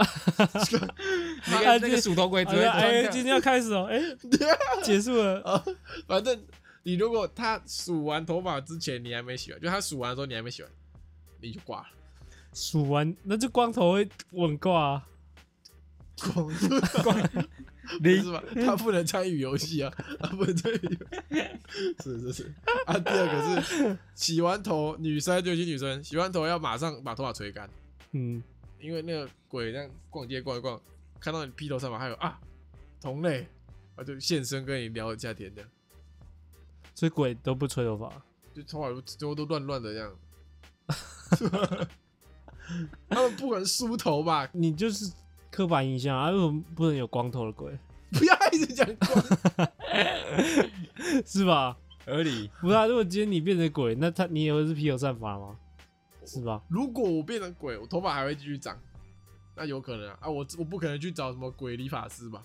S3: 那个那个鼠头鬼只
S2: 好
S3: 会
S2: 像
S3: 装
S2: 哎，
S3: 掉
S2: 今天要开哦始 [LAUGHS] 哦、哎、结束了，
S1: 反正你如果他数完头发之前你还没洗完，就他数完的时候你还没洗完，你就挂了。
S2: 数完那就光头会稳挂啊。
S1: 光不是吧？ [LAUGHS] 他不能参与游戏啊，他不能参与游戏。是是是啊，第二个是洗完头，女生尤其女生洗完头要马上把头发吹干，
S2: 嗯，
S1: 因为那个鬼这样逛街逛一逛，看到你披头散发，还有啊同类，啊就现身跟你聊一下天的，
S2: 所以鬼都不吹头发。
S1: 就头发都都乱乱的这样。他们不可能梳头吧？
S2: 你就是刻板印象啊，为什么不能有光头的鬼？ [LAUGHS]
S1: 不要一直讲光
S2: 是吧？
S3: 合理。
S2: 不是、啊，如果今天你变成鬼，那他你以后是披头散发吗？是吧？
S1: 如果我变成鬼，我头发还会继续长，那有可能啊！啊我我不可能去找什么鬼理发师吧？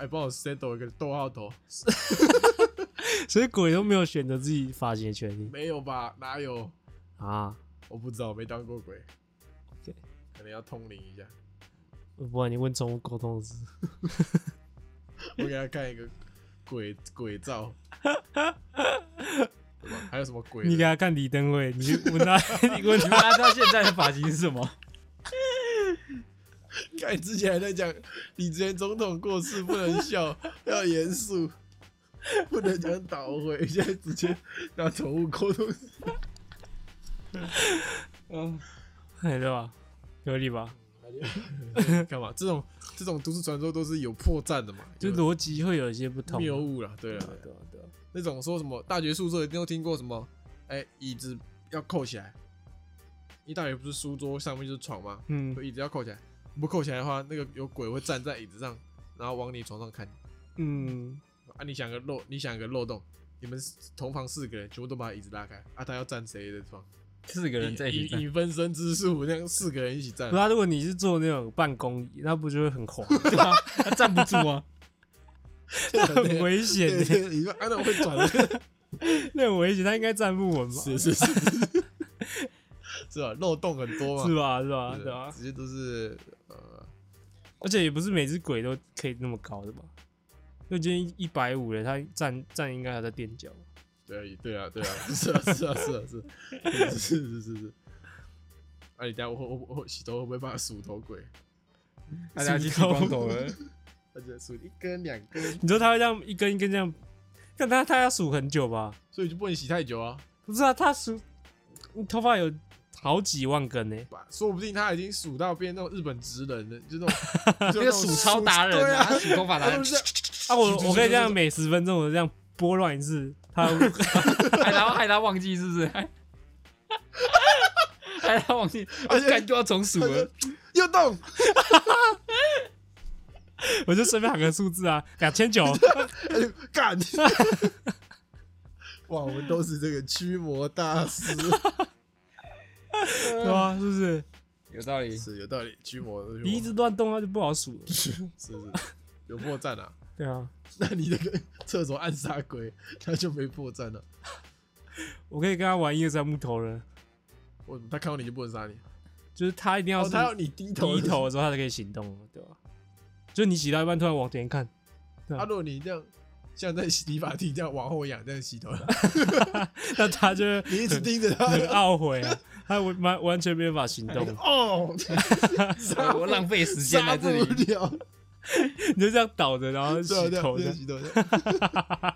S1: 哎、帮我 settle 一个逗号头，
S2: 所以鬼都没有选择自己发型的权利
S1: 没有吧？哪有？
S2: 啊！
S1: 我不知道，没当过鬼。
S2: OK
S1: 可能要通灵一下。
S2: 不然你问宠物沟通师，
S1: 我给他看一个鬼鬼照，对吧？还有什么鬼的？
S2: 你给他看李登辉，你去问 [LAUGHS] 他，你问
S3: 你们按照现在的发型是什么？
S1: 看你之前还在讲，你之前总统过世不能
S2: [LAUGHS]
S1: 笑，要严肃，不能讲倒回，现在直接拿宠物沟通。
S3: 嗯，
S2: 他，哎对吧？合理吧？
S1: 干嘛？这种这种都市传说都是有破绽的嘛，
S2: 就
S1: 有
S2: 逻辑会有一些不同。
S1: 谬误了。对
S2: 对啊
S1: 了，
S2: 对啊对啊，
S1: 那种说什么大学宿舍一定都听过什么，哎、椅子要扣起来，一大学不是书桌上面就是床吗？
S2: 嗯
S1: 所以椅子要扣起来，不扣起来的话，那个有鬼会站在椅子上，然后往你床上看。
S2: 嗯，
S1: 啊，你想个漏，你想个漏洞，你们同房四个人全部都把椅子拉开，啊，他要站谁的床？
S3: 四个人在一
S1: 以
S3: 起站
S1: 以以分身之术，那样四个人一起站
S2: 不，然如果你是坐那种办公椅，那不就会很滑，
S3: 对啊，他站不住啊。
S1: 那
S2: 很危险
S1: 对
S2: 欸，
S1: 对，你说啊，那我会转的，
S2: 那很危险，他应该站不稳吧？
S1: 是是是，是吧？漏洞很多嘛，
S2: 是吧？是吧？
S1: 对
S2: 对吧？
S1: 直接都是呃，
S2: 而且也不是每只鬼都可以那么高的吧？就今天一百五了，他站站应该还在垫脚。
S1: 对对啊，对啊，是啊，是啊，是啊，是啊是是是是是。啊，你等下我我我我洗头会不会怕数头鬼？
S3: 大家去剃光头了，
S1: 而且数一根两根，
S2: [LAUGHS] 你说他会这样一根一根这样，看他他要数很久吧？
S1: 所以就不能洗太久啊。
S2: 不是啊，他数你头发有好几万根呢、欸
S1: 吧，说不定他已经数到变那种日本职人了，
S3: [LAUGHS]
S1: 就那种就那
S3: 那个
S1: 种
S3: 数超达
S1: [LAUGHS]
S3: 人
S1: 对
S3: 啊，
S1: 啊，
S3: 他数头发达
S1: 他
S3: 人
S1: 都，是
S2: 啊，我我可以这样每十分钟我这样拨乱一次，他 [LAUGHS]
S3: 害他害他忘记是不是？
S1: [LAUGHS]
S3: 害他忘记，
S1: 而
S3: 而
S1: 且
S3: 且就要重数
S1: 他
S3: 了
S1: 就。又动，
S2: 我就随便喊个数字啊，两千九，
S1: 他就哎干。 [LAUGHS] 哇，我们都是这个驱魔大师，
S3: [LAUGHS]
S2: 对吧、是不是？
S3: 有道理，
S1: 是有道理，驱魔的
S2: 你一直乱动，它就不好 [LAUGHS] 数了。
S1: 是是有破绽啊。 [LAUGHS]
S2: 对啊，
S1: 那你那个厕所暗杀鬼，他就没破绽了。
S2: 我可以跟他玩一二三木头人，
S1: 我他看到你就不能杀你，
S2: 就是 [LAUGHS] 他一定要
S1: 哦，
S2: 是
S1: 他要你低头
S2: 低头的时候，他才可以行动了，对吧、就你洗到一半突然往前 [LAUGHS] 看，
S1: 啊！如果你这样像在洗理发厅这样往后仰，这样
S3: [LAUGHS]
S1: 洗头，
S2: 那他就会
S1: 你一直盯着他，
S2: 很懊悔啊， [LAUGHS] 他完完完全没办法行 [LAUGHS] 动，
S1: 哦，杀
S3: 我浪费时间
S1: 杀
S3: 来
S1: 不
S3: 这里。
S1: 了。
S2: 你就这样倒着，然后洗
S1: 对啊，对
S2: 头
S1: 啊，
S2: 的
S1: 对啊，。洗头的。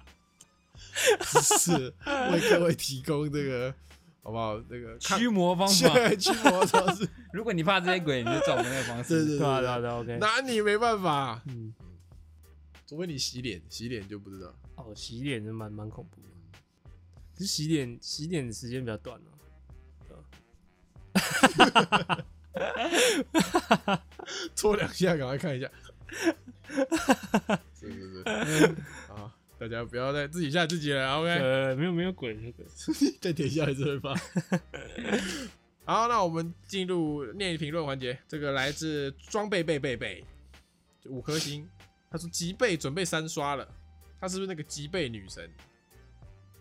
S1: 是为各位提供这个，好不好？那个
S3: 驱魔方法，
S1: 对驱魔方式，
S3: [LAUGHS] 如果你怕这些鬼，你就照我们那个方
S1: 对
S3: 式。
S1: 对
S2: 对啊，对啊，
S1: 对，
S2: 对啊，OK。
S1: 拿你没办法，
S2: 嗯，
S1: 除非你洗脸，洗脸就不知道。
S2: 哦，洗脸是蛮蛮恐怖的，可是洗脸洗脸的时间比较短啊。
S1: 搓两下，赶快看
S3: [LAUGHS]
S1: 一下。是是是，啊，大家不要再自己吓自己了，OK？
S2: 呃，没有没有鬼，没有鬼。
S1: [LAUGHS] 再点一下还是会
S2: [LAUGHS]
S1: 发。好，那我们进入念评论环节。这个来自装备贝贝贝，就五颗星。他说吉贝准备三刷了，他是不是那个吉贝女神？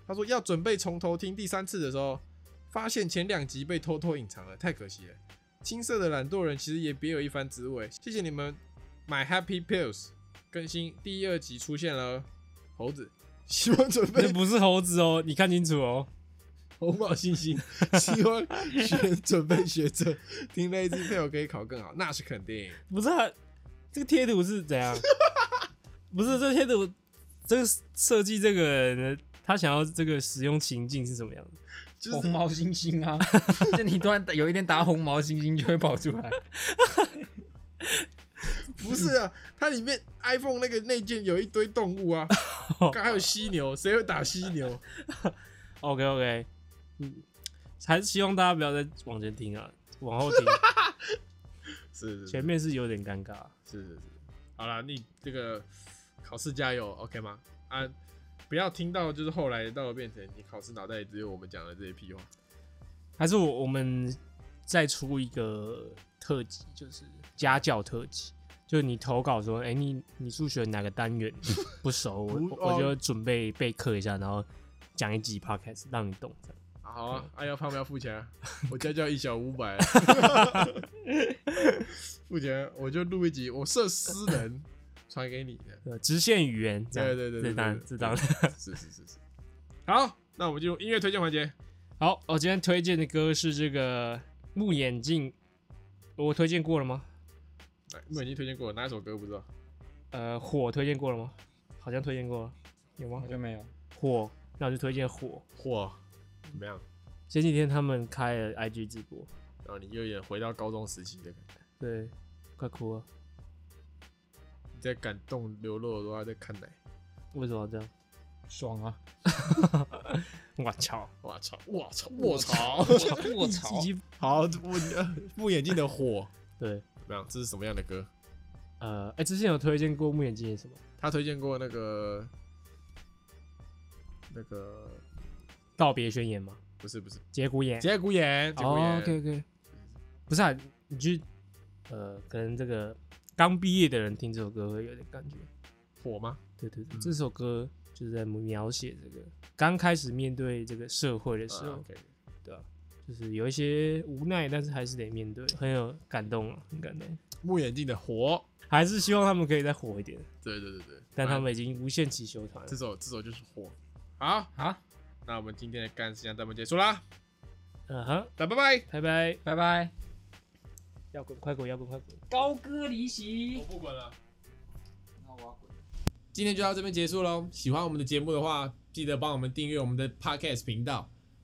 S1: 他说要准备从头听第三次的时候，发现前两集被偷偷隐藏了，太可惜了。青涩的懒惰人其实也别有一番滋味。谢谢你们买 Happy Pills 更新第一二集出现了哦猴子，希望准备
S2: 那不是猴子哦，你看清楚哦。
S1: 红宝星
S2: [LAUGHS]
S1: 星，希望学准备学者听那一支配偶可以考更好，那是肯定。
S2: 不是、啊，这个贴图是怎
S1: [LAUGHS]
S2: 样？不是这贴图，这个设计这个人呢，他想要这个使用情境是什么样的？
S1: 就是
S3: 红毛猩
S1: [LAUGHS]
S3: 猩啊，就你突然有一天打红毛猩猩就会跑出来。
S1: 不是啊？它里面 iPhone 那个内建有一堆动物
S2: [LAUGHS]
S1: 啊，刚还有犀牛，谁会打犀牛？
S2: OK OK，嗯，还是希望大家不要再往前听啊，
S1: [LAUGHS]
S2: 往后听，
S1: 是是
S2: 前面是有点尴尬。
S1: 是是是。好啦，你这个考试加油，OK 吗？啊，不要听到就是后来到了变成你考试脑袋里只有我们讲的这些屁话。
S2: 还是我我们再出一个特辑，就是家教特辑，就是你投稿说，哎、你你数学哪个
S1: [LAUGHS]
S2: 单元不熟，我
S1: 不
S2: 我
S1: 哦
S2: 我就准备备课一下，然后讲一集 podcast 让你懂。这样
S1: 好啊，哎、啊、要胖不要付钱、 [LAUGHS] 啊？我家教一小五 [LAUGHS] 百，付钱我就录一集，我设私人传给你的。
S2: 对，呃直线语言，这样
S1: 对对对对
S2: 这当然
S1: 对
S2: 这当然。 [LAUGHS]
S1: 是是是是。好，那我们进入音乐推荐环节。
S2: 好，我今天推荐的歌是这个木眼镜，我推荐过了吗？
S1: 来，我已经推荐过了哪一首歌不知道？
S2: 呃，火推荐过了吗？好像推荐过了，有吗
S3: 好？像没有。
S2: 火，那我就推荐火。
S1: 嚯，怎么样？
S2: 前几天他们开了 IG 直播，
S1: 然后你又有点回到高中时期的感觉，
S2: 对，快哭了，
S1: 你在感动流露的话，在看奶。
S2: 为什么要这样？ [LAUGHS]
S3: 爽啊！
S2: 我操！
S1: 我操！我操！我操！ [LAUGHS]
S3: 我 [LAUGHS] 操！
S2: 一
S1: 好，我呃 [LAUGHS] 木眼镜的火
S2: 对，
S1: 怎么样？这是什么样的歌？
S2: 呃，哎、之前有推荐过木眼镜的什么？
S1: 他推荐过那个那个
S2: 告别宣言吗？
S1: 不是不是
S2: 节骨眼。
S1: 节骨眼，节骨眼。
S2: 哎哦，OK OK，不是啊，你就呃，可能这个刚毕业的人听这首歌会有点感觉。
S1: 火吗？
S2: 对对对，
S1: 嗯
S2: 这首歌就是在描写这个刚开始面对这个社会的时
S1: 啊
S2: 候，
S1: ，OK
S2: 就是有一些无奈，但是还是得面对，很有感动啊，很感动。
S1: 木眼镜的火，
S2: 还是希望他们可以再火一点，
S1: 对对对对，
S2: 但他
S1: 啊
S2: 们已经无限期休团了
S1: 这。首这首就是火。好，
S3: 啊，
S1: 那我们今天的干事项咱们结束啦，
S2: 嗯哼，
S1: 那拜拜。
S2: 拜拜，
S3: 拜拜。
S2: 摇滚快滚，摇滚快滚。
S3: 高歌离席。
S1: 不管了。
S3: 那我要滚。
S1: 今天就到这边结束喽。喜欢我们的节目的话，记得帮我们订阅我们的 Podcast 频道，